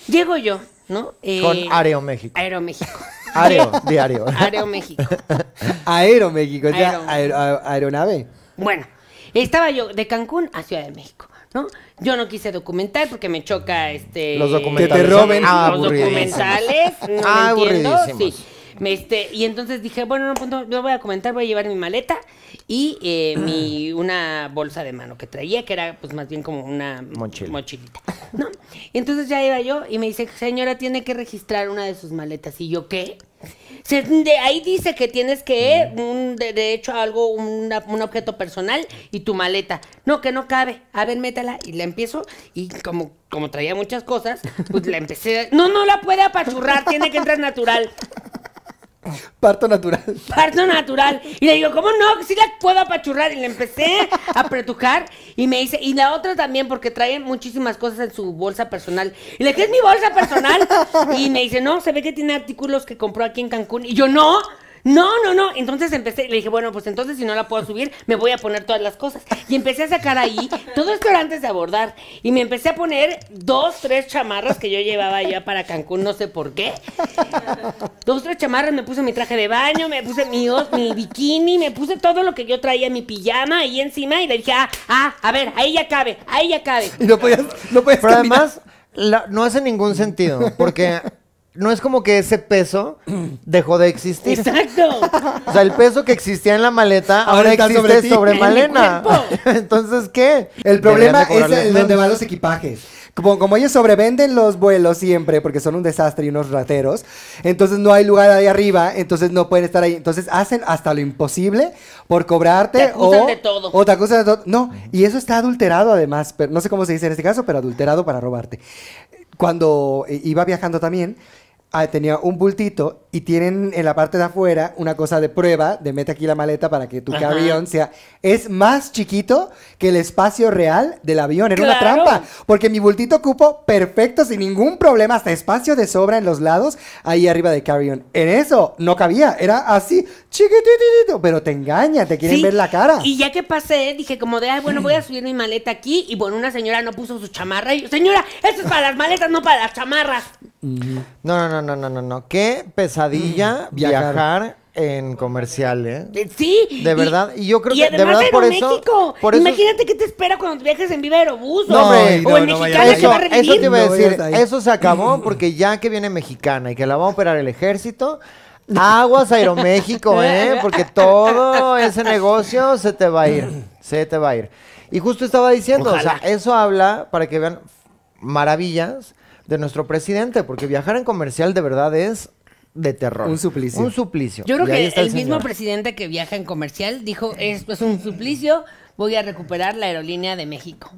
[SPEAKER 1] Llego yo, ¿no? Eh,
[SPEAKER 3] Con Aeroméxico.
[SPEAKER 1] Aeroméxico.
[SPEAKER 3] Areo, diario.
[SPEAKER 1] [LAUGHS] Aeroméxico.
[SPEAKER 2] Aeroméxico, o sea,
[SPEAKER 1] Aero.
[SPEAKER 2] aer- a- aeronave.
[SPEAKER 1] Bueno, estaba yo de Cancún a Ciudad de México, ¿no? Yo no quise documentar porque me choca este
[SPEAKER 3] Los documentales. Ah,
[SPEAKER 2] Que te roben.
[SPEAKER 1] los
[SPEAKER 3] Aburridísimos. Ah,
[SPEAKER 1] documentales, no me entiendo,
[SPEAKER 3] Aburridísimos.
[SPEAKER 1] sí. Me, este, y entonces dije, bueno, no, pues no, no voy a comentar, voy a llevar mi maleta y eh, mi, una bolsa de mano que traía, que era pues más bien como una
[SPEAKER 3] Mochila.
[SPEAKER 1] mochilita. ¿no? Entonces ya iba yo y me dice, señora, tiene que registrar una de sus maletas. Y yo, ¿qué? Se- de ahí dice que tienes que un de- derecho a algo, una- un objeto personal y tu maleta. No, que no cabe. A ver, métala. Y la empiezo y como, como traía muchas cosas, pues la empecé. a- No, no la puede apachurrar, tiene que entrar natural.
[SPEAKER 2] Parto natural. [LAUGHS]
[SPEAKER 1] Parto natural. Y le digo, ¿cómo no? Si la puedo apachurrar. Y le empecé a pretujar. Y me dice, y la otra también, porque trae muchísimas cosas en su bolsa personal. Y le dije, ¿es mi bolsa personal? Y me dice, no, se ve que tiene artículos que compró aquí en Cancún. Y yo, no. No, no, no. Entonces empecé, le dije, bueno, pues entonces si no la puedo subir, me voy a poner todas las cosas. Y empecé a sacar ahí, todo esto era antes de abordar. Y me empecé a poner dos, tres chamarras que yo llevaba ya para Cancún, no sé por qué. Dos, tres chamarras, me puse mi traje de baño, me puse mi, os- mi bikini, me puse todo lo que yo traía, mi pijama ahí encima y le dije, ah, ah, a ver, ahí ya cabe, ahí ya cabe.
[SPEAKER 2] Y no podías, no podías
[SPEAKER 3] Pero
[SPEAKER 2] caminar.
[SPEAKER 3] además, la- no hace ningún sentido, porque no es como que ese peso dejó de existir.
[SPEAKER 1] Exacto.
[SPEAKER 3] O sea, el peso que existía en la maleta
[SPEAKER 2] Ahora
[SPEAKER 3] ahora,
[SPEAKER 2] está
[SPEAKER 3] existe
[SPEAKER 2] sobre ti.
[SPEAKER 3] sobre,
[SPEAKER 1] En mi
[SPEAKER 3] Malena.
[SPEAKER 1] cuerpo.
[SPEAKER 3] [LAUGHS] Entonces, ¿qué?
[SPEAKER 2] El problema
[SPEAKER 3] Deberían de
[SPEAKER 2] es
[SPEAKER 3] cobrarle
[SPEAKER 2] el- donde van los equipajes. Como, como ellos sobrevenden los vuelos siempre, porque son un desastre y unos rateros, entonces no hay lugar ahí arriba, entonces no pueden estar ahí. Entonces hacen hasta lo imposible por cobrarte
[SPEAKER 1] Te acusan
[SPEAKER 2] o,
[SPEAKER 1] de todo.
[SPEAKER 2] o te acusan de todo. No, y eso está adulterado además, pero no sé cómo se dice en este caso, pero adulterado para robarte. Cuando eh, iba viajando también, ah, tenía un bultito y tienen en la parte de afuera una cosa de prueba, de mete aquí la maleta para que tu
[SPEAKER 1] Ajá.
[SPEAKER 2] carry-on o sea, es más chiquito que el espacio real del avión. Era una
[SPEAKER 1] Claro.
[SPEAKER 2] trampa. Porque mi bultito cupo perfecto, sin ningún problema, hasta espacio de sobra en los lados, ahí arriba de Carrion. En eso no cabía. Era así, chiquititito. Pero te engaña, te quieren
[SPEAKER 1] Sí,
[SPEAKER 2] ver la cara.
[SPEAKER 1] Y ya que pasé, dije como de, ay, bueno, voy a subir mi maleta aquí. Y bueno, una señora no puso su chamarra. Y yo, señora, esto es para las maletas, no para las chamarras.
[SPEAKER 3] No, no, no, no, no, no, no. Qué pesadilla
[SPEAKER 2] Mm, Viajar.
[SPEAKER 3] viajar. en comercial, ¿eh?
[SPEAKER 1] Eh, Sí.
[SPEAKER 3] De
[SPEAKER 1] y-
[SPEAKER 3] verdad, y yo creo
[SPEAKER 1] y
[SPEAKER 3] que- de
[SPEAKER 1] además
[SPEAKER 3] verdad, por eso-
[SPEAKER 1] Aeroméxico.
[SPEAKER 3] por eso-
[SPEAKER 1] Imagínate qué te espera cuando viajes en Viva Aerobús
[SPEAKER 3] No,
[SPEAKER 1] o,
[SPEAKER 3] hombre,
[SPEAKER 1] o en
[SPEAKER 2] no, no vayas
[SPEAKER 1] Mexicana que
[SPEAKER 3] eso,
[SPEAKER 1] va a revivir.
[SPEAKER 3] eso te iba a
[SPEAKER 2] No
[SPEAKER 3] decir,
[SPEAKER 2] vayas ahí.
[SPEAKER 3] eso se acabó porque ya que viene mexicana y que la va a operar el ejército,
[SPEAKER 1] [LAUGHS]
[SPEAKER 3] aguas Aeroméxico, ¿eh? Porque todo ese negocio se te va a ir, se te va a ir. Y justo estaba diciendo, o
[SPEAKER 1] Ojalá.
[SPEAKER 3] sea, eso habla para que vean maravillas de nuestro presidente, porque viajar en comercial de verdad es de terror.
[SPEAKER 2] Un suplicio.
[SPEAKER 3] Un suplicio.
[SPEAKER 1] Yo creo
[SPEAKER 3] Y ahí
[SPEAKER 1] que el,
[SPEAKER 3] está
[SPEAKER 1] mismo
[SPEAKER 3] señor.
[SPEAKER 1] presidente que viaja en comercial dijo, esto es pues, un suplicio, voy a recuperar la aerolínea de México.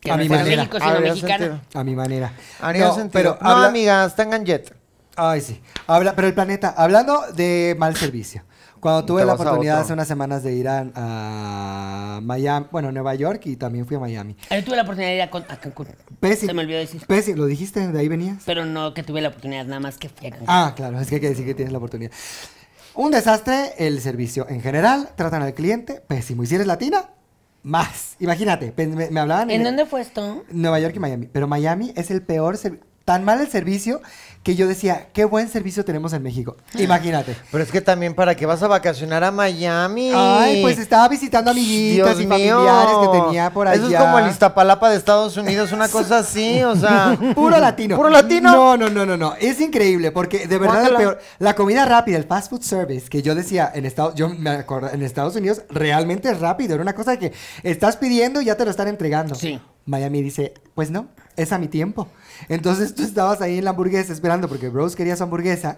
[SPEAKER 1] Que
[SPEAKER 2] A
[SPEAKER 1] no
[SPEAKER 2] mi
[SPEAKER 1] es de
[SPEAKER 2] manera.
[SPEAKER 1] México, sino
[SPEAKER 3] Habría
[SPEAKER 1] mexicana.
[SPEAKER 3] sentido.
[SPEAKER 2] A mi manera.
[SPEAKER 3] Haría
[SPEAKER 2] No,
[SPEAKER 3] sentido.
[SPEAKER 2] pero
[SPEAKER 3] no,
[SPEAKER 2] habla-
[SPEAKER 3] amigas, tengan jet.
[SPEAKER 2] Ay, sí. Habla, pero el planeta, hablando de mal servicio. Cuando tuve
[SPEAKER 3] Te
[SPEAKER 2] la
[SPEAKER 3] vas a
[SPEAKER 2] oportunidad
[SPEAKER 3] otro.
[SPEAKER 2] hace unas semanas de ir a, a Miami, bueno, Nueva York y también fui a Miami.
[SPEAKER 1] Ah, Yo tuve la oportunidad de ir a, Con- a Cancún.
[SPEAKER 2] Pésimo.
[SPEAKER 1] Se me olvidó decir.
[SPEAKER 2] Pésimo, lo dijiste, de ahí venías.
[SPEAKER 1] Pero no que tuve la oportunidad, nada más que fui a Cancún.
[SPEAKER 2] Ah, claro, es que hay que decir que tienes la oportunidad. Un desastre el servicio en general, tratan al cliente pésimo. Y si eres latina, Más. Imagínate, pen- me, me hablaban
[SPEAKER 1] ¿En dónde fue esto?
[SPEAKER 2] Nueva York y Miami. Pero Miami es el peor, serv- tan mal el servicio que yo decía, qué buen servicio tenemos en México.
[SPEAKER 1] Ah.
[SPEAKER 2] Imagínate.
[SPEAKER 3] Pero es que también, ¿para qué vas a vacacionar a Miami?
[SPEAKER 2] Ay, pues estaba visitando amiguitas
[SPEAKER 3] Dios
[SPEAKER 2] y
[SPEAKER 3] mío.
[SPEAKER 2] familiares que tenía por allá.
[SPEAKER 3] Eso es como el Iztapalapa de Estados Unidos, una cosa así, o sea.
[SPEAKER 2] Puro latino.
[SPEAKER 3] Puro latino.
[SPEAKER 2] No, no, no, no, no. Es increíble porque de verdad
[SPEAKER 3] Guácala.
[SPEAKER 2] el peor. La comida rápida, el fast food service, que yo decía en Estados, yo me acuerdo, en Estados Unidos realmente es rápido. Era una cosa que estás pidiendo y ya te lo están entregando.
[SPEAKER 1] Sí.
[SPEAKER 2] Miami dice, pues no, es a mi tiempo. Entonces tú estabas ahí en la hamburguesa esperando porque Bros quería su hamburguesa.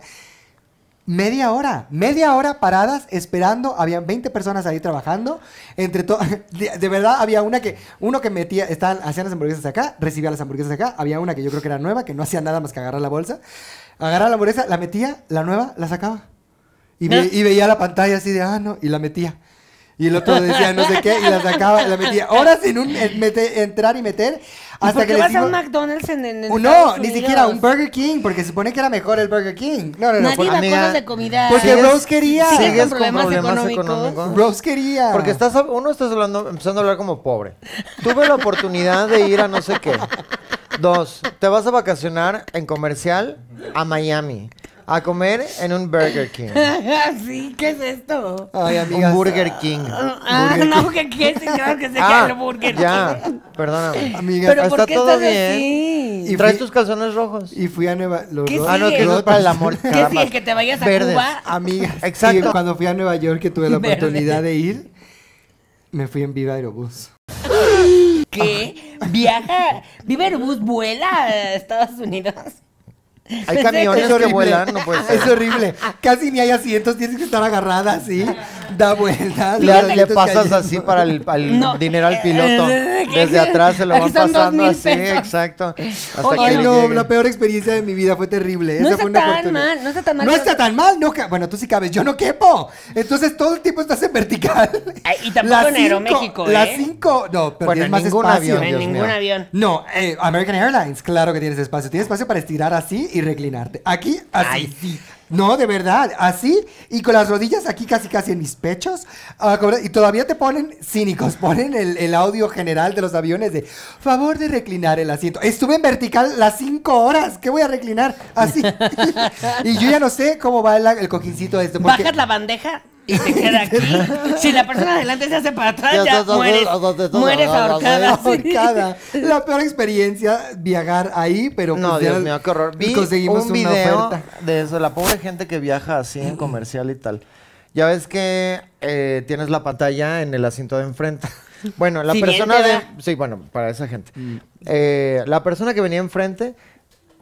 [SPEAKER 2] Media hora, media hora paradas esperando, habían 20 personas ahí trabajando, entre todo, [LAUGHS] de, de verdad había una que, uno que metía, estaban, hacían las hamburguesas acá, recibía las hamburguesas acá, había una que yo creo que era nueva, que no hacía nada más que agarrar la bolsa, agarraba la hamburguesa, la metía, la nueva, la sacaba, y,
[SPEAKER 1] [LAUGHS]
[SPEAKER 2] ve- y veía la pantalla así de, ah, no, y la metía, y el otro decía no sé qué, y la sacaba, la metía, horas en un, en mete- entrar y meter,
[SPEAKER 1] ¿Y
[SPEAKER 2] hasta
[SPEAKER 1] ¿Por qué
[SPEAKER 2] que les
[SPEAKER 1] vas a
[SPEAKER 2] iba-
[SPEAKER 1] un McDonald's en, en, en
[SPEAKER 2] Oh, No,
[SPEAKER 1] Estados
[SPEAKER 2] ni
[SPEAKER 1] Unidos?
[SPEAKER 2] siquiera un Burger King, porque se supone que era mejor el Burger King. [LAUGHS] No, pues, no, no.
[SPEAKER 1] Nadie
[SPEAKER 2] por-
[SPEAKER 1] va a
[SPEAKER 3] amiga,
[SPEAKER 1] cosas de comida.
[SPEAKER 2] porque
[SPEAKER 3] ¿Sigues-
[SPEAKER 2] Rose quería.
[SPEAKER 1] ¿Sigues
[SPEAKER 3] ¿Sigues
[SPEAKER 1] con problemas económicos?
[SPEAKER 2] Rose quería.
[SPEAKER 3] Porque estás, uno estás hablando, empezando a hablar como pobre. Tuve la oportunidad de ir a no sé qué. Dos, te vas a vacacionar en comercial a Miami. A comer en un Burger King.
[SPEAKER 1] [LAUGHS] sí, ¿qué es esto?
[SPEAKER 2] Ay,
[SPEAKER 3] Un
[SPEAKER 2] amigas.
[SPEAKER 3] Burger King.
[SPEAKER 1] Ah, no, que qué es, claro que se
[SPEAKER 3] Ah,
[SPEAKER 1] el Burger
[SPEAKER 3] ya,
[SPEAKER 1] King.
[SPEAKER 3] [LAUGHS] perdóname.
[SPEAKER 2] Amigas.
[SPEAKER 1] Pero
[SPEAKER 3] está
[SPEAKER 1] ¿por qué
[SPEAKER 3] todo
[SPEAKER 1] estás
[SPEAKER 3] bien.
[SPEAKER 1] así?
[SPEAKER 2] Y
[SPEAKER 3] Traes
[SPEAKER 2] fui-
[SPEAKER 3] tus calzones rojos.
[SPEAKER 2] Y fui a Nueva York.
[SPEAKER 1] ¿Qué
[SPEAKER 3] Ah, no, que
[SPEAKER 1] Sí.
[SPEAKER 3] eso es para el amor.
[SPEAKER 1] ¿Qué
[SPEAKER 3] nada
[SPEAKER 1] si
[SPEAKER 3] más.
[SPEAKER 1] el que te vayas a
[SPEAKER 3] Verdes.
[SPEAKER 1] Cuba?
[SPEAKER 2] [LAUGHS] Amigas.
[SPEAKER 3] Exacto.
[SPEAKER 2] sí, cuando fui a Nueva York, que tuve la
[SPEAKER 1] Verde.
[SPEAKER 2] oportunidad de ir, me fui en Viva Aerobús.
[SPEAKER 1] ¿Qué? Viaja, vive el bus, vuela a Estados Unidos. Pues
[SPEAKER 3] Hay camiones que
[SPEAKER 2] horrible.
[SPEAKER 3] vuelan,
[SPEAKER 1] [LAUGHS]
[SPEAKER 2] [LAUGHS]
[SPEAKER 3] no puede ser.
[SPEAKER 2] Es horrible. Casi ni hay asientos, tienes que estar agarrada así. Da vueltas. los
[SPEAKER 3] Le, le
[SPEAKER 2] asientos
[SPEAKER 3] pasas
[SPEAKER 2] cayendo.
[SPEAKER 3] así para el
[SPEAKER 1] [LAUGHS]
[SPEAKER 3] al
[SPEAKER 1] No.
[SPEAKER 3] dinero al piloto.
[SPEAKER 1] Eh,
[SPEAKER 3] Desde atrás se lo
[SPEAKER 1] Aquí
[SPEAKER 3] van
[SPEAKER 1] son dos
[SPEAKER 3] pasando
[SPEAKER 1] mil
[SPEAKER 3] así,
[SPEAKER 1] pesos.
[SPEAKER 3] exacto. Hasta
[SPEAKER 1] Oye,
[SPEAKER 3] que
[SPEAKER 2] Ay,
[SPEAKER 3] le
[SPEAKER 2] no,
[SPEAKER 3] llegue.
[SPEAKER 2] la peor experiencia de mi vida fue terrible.
[SPEAKER 1] No
[SPEAKER 2] Esa
[SPEAKER 1] está
[SPEAKER 2] fue una
[SPEAKER 1] tan
[SPEAKER 2] oportunidad.
[SPEAKER 1] mal, no está tan mal.
[SPEAKER 2] No
[SPEAKER 1] Yo-
[SPEAKER 2] está tan mal, no ca- Bueno, tú sí cabes, yo no quepo. Entonces todo el tiempo estás en vertical.
[SPEAKER 1] Ay, y tampoco
[SPEAKER 2] Las
[SPEAKER 1] en Aeroméxico,
[SPEAKER 2] Las
[SPEAKER 1] ¿eh?
[SPEAKER 2] cinco, no, pero
[SPEAKER 3] Bueno,
[SPEAKER 2] tienes
[SPEAKER 3] en
[SPEAKER 2] más
[SPEAKER 3] ningún
[SPEAKER 2] espacio.
[SPEAKER 3] avión,
[SPEAKER 1] en
[SPEAKER 3] Dios
[SPEAKER 1] ningún
[SPEAKER 3] mío.
[SPEAKER 1] avión.
[SPEAKER 2] No, eh, American Airlines, claro que tienes espacio. Tienes espacio para estirar así y reclinarte. Aquí, así.
[SPEAKER 1] Ay, sí.
[SPEAKER 2] No, de verdad, así y con las rodillas aquí casi casi en mis pechos. ah, cobra- Y todavía te ponen cínicos, [LAUGHS] ponen el, el audio general de los aviones de favor de reclinar el asiento. Estuve en vertical las cinco horas, ¿qué voy a reclinar?
[SPEAKER 3] [LAUGHS]
[SPEAKER 2] Así. y yo ya no sé cómo va el, el coquincito este. porque-
[SPEAKER 1] Bajas la bandeja y te queda
[SPEAKER 3] [LAUGHS]
[SPEAKER 1] aquí. si la persona adelante se hace para atrás,
[SPEAKER 3] Ya
[SPEAKER 1] ya
[SPEAKER 3] estás-
[SPEAKER 1] mueres.
[SPEAKER 3] estás-
[SPEAKER 1] Mueres ahorcada.
[SPEAKER 3] [LAUGHS]
[SPEAKER 1] sí.
[SPEAKER 2] ahorcada. La peor experiencia, viajar ahí, pero pues,
[SPEAKER 3] No,
[SPEAKER 2] ya
[SPEAKER 3] Dios mío, qué horror. Vi
[SPEAKER 2] conseguimos
[SPEAKER 3] un
[SPEAKER 2] una
[SPEAKER 3] video
[SPEAKER 2] oferta.
[SPEAKER 3] de eso, la pobre gente que viaja así en comercial y tal. Ya ves que eh, tienes la pantalla en el asiento de enfrente. [LAUGHS] Bueno, la
[SPEAKER 1] Si bien
[SPEAKER 3] persona
[SPEAKER 1] te
[SPEAKER 3] de...
[SPEAKER 1] da.
[SPEAKER 3] Sí, bueno, para esa gente.
[SPEAKER 2] Mm.
[SPEAKER 3] Eh, la persona que venía enfrente,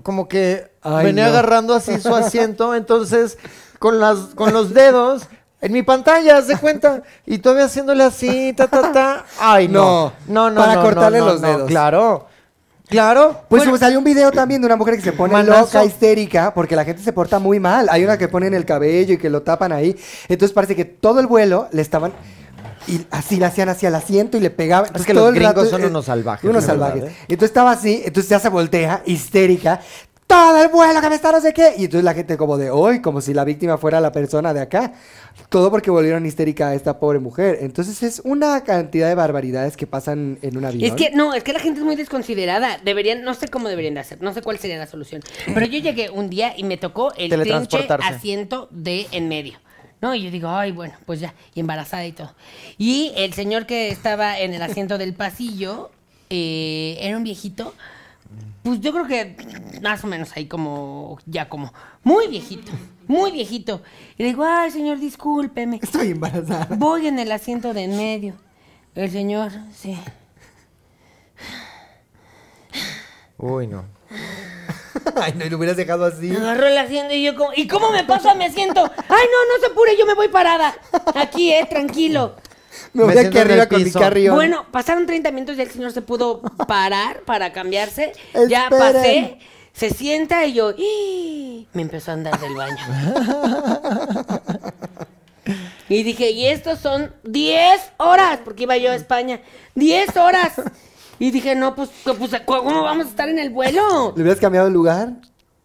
[SPEAKER 3] como que
[SPEAKER 2] Ay,
[SPEAKER 3] venía
[SPEAKER 2] no.
[SPEAKER 3] agarrando
[SPEAKER 2] [LAUGHS]
[SPEAKER 3] así su asiento, entonces con, las, con los dedos... En mi pantalla, haz de cuenta. Y todavía haciéndole así, ta, ta, ta. Ay, no.
[SPEAKER 2] No,
[SPEAKER 3] No, no,
[SPEAKER 2] para
[SPEAKER 3] no, no,
[SPEAKER 2] cortarle
[SPEAKER 3] no,
[SPEAKER 2] los
[SPEAKER 3] no,
[SPEAKER 2] dedos.
[SPEAKER 3] Claro. Claro.
[SPEAKER 2] Pues
[SPEAKER 3] Bueno,
[SPEAKER 2] como salió un video también de una mujer que se pone
[SPEAKER 3] Manazo.
[SPEAKER 2] loca, histérica, porque la gente se porta muy mal. Hay una que ponen el cabello y que lo tapan ahí. Entonces parece que todo el vuelo le estaban... Y así le hacían hacia el asiento y le pegaban.
[SPEAKER 3] Es que
[SPEAKER 2] Todo
[SPEAKER 3] los
[SPEAKER 2] el
[SPEAKER 3] gringos
[SPEAKER 2] rato,
[SPEAKER 3] son
[SPEAKER 2] eh,
[SPEAKER 3] unos salvajes,
[SPEAKER 2] Unos
[SPEAKER 3] la verdad,
[SPEAKER 2] salvajes.
[SPEAKER 3] ¿eh?
[SPEAKER 2] Entonces estaba así, entonces ya se voltea, histérica. Todo el vuelo que me está no sé qué. Y entonces la gente como de hoy, como si la víctima fuera la persona de acá. Todo porque volvieron histérica a esta pobre mujer. Entonces es una cantidad de barbaridades que pasan en una vida.
[SPEAKER 1] Es que no, es que la gente es muy desconsiderada. Deberían, no sé cómo deberían de hacer, no sé cuál sería la solución. Pero yo llegué un día y me tocó el trinche
[SPEAKER 3] Teletransportarse.
[SPEAKER 1] asiento de en medio. No, y yo digo, ay, bueno, pues ya, y embarazada y todo. Y el señor que estaba en el asiento del pasillo eh, era un viejito. Pues yo creo que más o menos ahí como, ya como, muy viejito, muy viejito. Y le digo, ay, señor, discúlpeme.
[SPEAKER 2] Estoy embarazada. [LAUGHS]
[SPEAKER 1] Voy en el asiento de en medio. El señor, sí.
[SPEAKER 3] Uy, no.
[SPEAKER 2] Ay, no, y lo hubieras dejado así.
[SPEAKER 1] Agarró el asiento y yo como, ¿y cómo me paso a mi asiento? Ay, no, no se apure, yo me voy parada. Aquí, eh, tranquilo.
[SPEAKER 2] Me voy
[SPEAKER 3] Me
[SPEAKER 2] aquí
[SPEAKER 3] siento en el
[SPEAKER 2] arriba con mi
[SPEAKER 3] piso.
[SPEAKER 2] carrión.
[SPEAKER 1] Bueno, pasaron 30 minutos y el señor se pudo parar para cambiarse. Ya
[SPEAKER 2] Esperen.
[SPEAKER 1] pasé, se sienta y yo, ¡ih! me empezó a andar del baño. Y dije, y estos son 10 horas, porque iba yo a España, 10 horas. Y dije, no, pues, pues, ¿cómo vamos a estar en el vuelo?
[SPEAKER 2] ¿Le hubieras cambiado el lugar?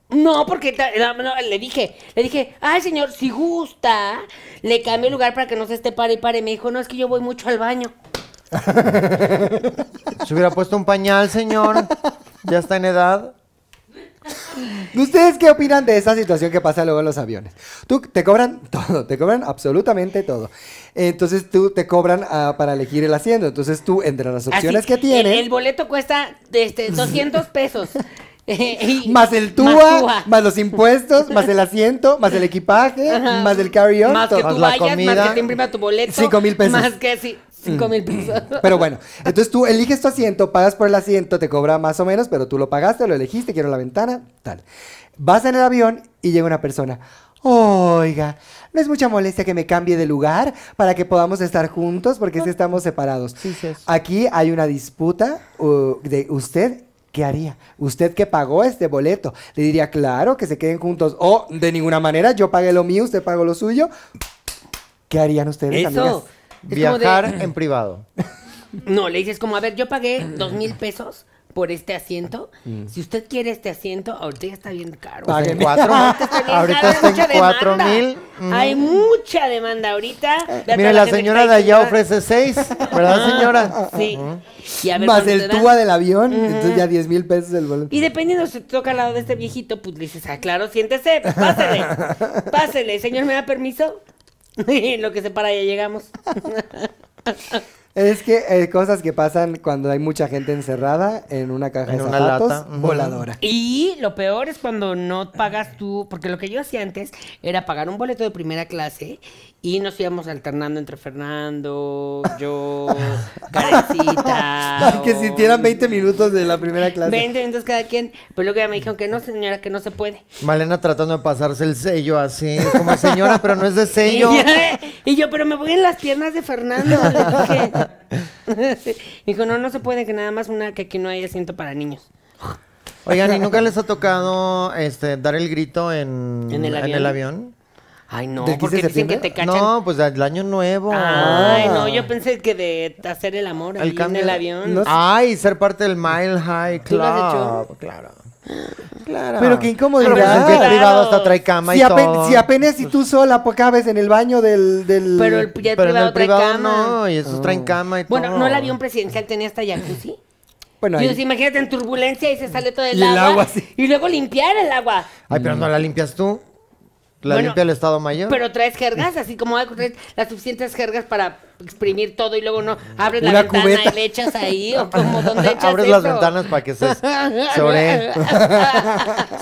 [SPEAKER 1] No, porque ta- no, no, le dije, le dije, ay señor, si gusta, le cambio el lugar para que no se esté pare y pare. Me dijo, no, es que yo voy mucho al baño.
[SPEAKER 3] Se hubiera puesto un pañal, señor. Ya está en edad.
[SPEAKER 2] ¿Ustedes qué opinan de esa situación que pasa luego en los aviones? Tú te cobran [LAUGHS] todo, te cobran absolutamente todo. Entonces tú te cobran ah, para elegir el asiento. Entonces tú, entre las opciones
[SPEAKER 1] Así,
[SPEAKER 2] que tienes,
[SPEAKER 1] El, el boleto cuesta este, 200
[SPEAKER 2] [LAUGHS]
[SPEAKER 1] pesos. [LAUGHS] Y-
[SPEAKER 2] más el TUA,
[SPEAKER 1] más
[SPEAKER 2] más,
[SPEAKER 1] túa.
[SPEAKER 2] los impuestos, más el asiento, más el equipaje,
[SPEAKER 1] Ajá.
[SPEAKER 2] más el carry-on,
[SPEAKER 1] Más que
[SPEAKER 2] todo.
[SPEAKER 1] tú
[SPEAKER 3] la
[SPEAKER 1] vayas, más que
[SPEAKER 3] comida.
[SPEAKER 1] te imprima tu boleto.
[SPEAKER 2] Cinco mil pesos. Mm.
[SPEAKER 1] Más que sí, cinco mil pesos.
[SPEAKER 2] [LAUGHS] Pero bueno, entonces tú eliges tu asiento, pagas por el asiento, te cobra más o menos, pero tú lo pagaste, lo elegiste, quiero la ventana, tal. Vas en el avión y llega una persona. Oiga, no es mucha molestia que me cambie de lugar para que podamos estar juntos, porque si estamos separados.
[SPEAKER 3] Sí, sí, sí.
[SPEAKER 2] Aquí hay una disputa uh, de usted. ¿Qué haría? Usted que pagó este boleto, le diría, claro, que se queden juntos. O, de ninguna manera, yo pagué lo mío, usted pagó lo suyo. ¿Qué harían ustedes, amigas?
[SPEAKER 1] Eso.
[SPEAKER 2] eh.
[SPEAKER 1] Es como de-
[SPEAKER 3] Viajar en privado.
[SPEAKER 1] No, le dices como, a ver, yo pagué dos mil pesos por este asiento.
[SPEAKER 2] Mm.
[SPEAKER 1] Si usted quiere este asiento, ahorita ya está bien caro.
[SPEAKER 2] Páguenme.
[SPEAKER 3] En cuatro.
[SPEAKER 1] Está bien
[SPEAKER 3] Ahorita
[SPEAKER 1] caro, hay
[SPEAKER 3] está
[SPEAKER 1] mucha
[SPEAKER 3] en cuatro
[SPEAKER 1] demanda.
[SPEAKER 3] mil. Ujú.
[SPEAKER 1] Hay mucha demanda ahorita. Ve a toda
[SPEAKER 3] Mire, la
[SPEAKER 1] gente que
[SPEAKER 3] señora de
[SPEAKER 1] está ahí
[SPEAKER 3] allá
[SPEAKER 1] sentada.
[SPEAKER 3] ofrece seis,
[SPEAKER 1] Ah.
[SPEAKER 3] ¿verdad, señora?
[SPEAKER 1] Sí. Y a ver
[SPEAKER 2] más
[SPEAKER 1] cuánto
[SPEAKER 2] el
[SPEAKER 1] te dan.
[SPEAKER 2] tuba del avión, entonces ya 10 mil pesos el boleto.
[SPEAKER 1] Y dependiendo si te toca al lado de este viejito, pues le dices, ah, claro, siéntese, pásele, pásele, señor, ¿me da permiso? [LAUGHS] En lo que se para ya llegamos.
[SPEAKER 2] Es que eh, cosas que pasan cuando hay mucha gente encerrada en una caja
[SPEAKER 3] En
[SPEAKER 2] de
[SPEAKER 3] una
[SPEAKER 2] zapatos
[SPEAKER 3] lata, ujú.
[SPEAKER 2] voladora.
[SPEAKER 1] Y lo peor es cuando no pagas tú, porque lo que yo hacía antes era pagar un boleto de primera clase y nos íbamos alternando entre Fernando, yo,
[SPEAKER 2] [LAUGHS]
[SPEAKER 1] Karencita.
[SPEAKER 2] Ay, que
[SPEAKER 1] o-
[SPEAKER 2] sintieran 20 minutos de la primera clase.
[SPEAKER 1] 20 minutos cada quien. Pero luego ya me dijeron que no, señora, que no se puede.
[SPEAKER 3] Malena tratando de pasarse el sello así, como señora, pero no es de sello.
[SPEAKER 1] Y, yo, [LAUGHS] y yo, pero me voy en las piernas de Fernando. le
[SPEAKER 2] [LAUGHS]
[SPEAKER 1] dije. Dijo, no, no se puede, que nada más una que aquí no hay asiento para niños.
[SPEAKER 3] Oigan, ¿y nunca les ha tocado este dar el grito en,
[SPEAKER 1] ¿En el avión?
[SPEAKER 3] avión?
[SPEAKER 1] Ay, no,
[SPEAKER 2] ¿Del 15
[SPEAKER 1] porque
[SPEAKER 2] de
[SPEAKER 1] dicen que
[SPEAKER 2] septiembre?
[SPEAKER 1] te cachan.
[SPEAKER 3] No, pues el año nuevo.
[SPEAKER 1] Ay, no, yo pensé que de hacer el amor ahí en el avión.
[SPEAKER 2] no sé.
[SPEAKER 3] Ay, ser parte del Mile High
[SPEAKER 1] ¿Tú
[SPEAKER 3] Club.
[SPEAKER 1] lo has hecho?
[SPEAKER 3] Claro. Claro.
[SPEAKER 2] Pero qué incomodidad.
[SPEAKER 3] Pero pues, en jet
[SPEAKER 1] Claro.
[SPEAKER 3] privado hasta trae cama
[SPEAKER 2] Si,
[SPEAKER 3] y
[SPEAKER 2] ape-
[SPEAKER 3] todo.
[SPEAKER 2] si apenas si tú sola pues, cabes en el baño del... del-
[SPEAKER 1] Pero el ya
[SPEAKER 3] Pero en
[SPEAKER 1] privado
[SPEAKER 3] el
[SPEAKER 1] trae
[SPEAKER 3] privado
[SPEAKER 1] cama.
[SPEAKER 3] no, y esos traen cama y todo.
[SPEAKER 1] Bueno, no el avión presidencial tenía hasta jacuzzi.
[SPEAKER 2] Bueno,
[SPEAKER 1] Y
[SPEAKER 2] ahí-
[SPEAKER 1] entonces, imagínate en turbulencia y se sale todo el,
[SPEAKER 2] Y el
[SPEAKER 1] agua.
[SPEAKER 2] agua, sí.
[SPEAKER 1] Y luego limpiar el agua.
[SPEAKER 3] Ay, pero no
[SPEAKER 2] Mm.
[SPEAKER 3] la limpias tú. La
[SPEAKER 1] Bueno,
[SPEAKER 3] limpia el Estado Mayor.
[SPEAKER 1] Pero traes jergas, así como hay- traes las suficientes jergas para exprimir todo y luego no abres la
[SPEAKER 2] Una
[SPEAKER 1] ventana
[SPEAKER 2] cubeta.
[SPEAKER 1] y le echas ahí o como
[SPEAKER 3] [LAUGHS]
[SPEAKER 1] donde echas
[SPEAKER 3] Abres las
[SPEAKER 1] eso? [LAUGHS]
[SPEAKER 3] ventanas para que se, se ore,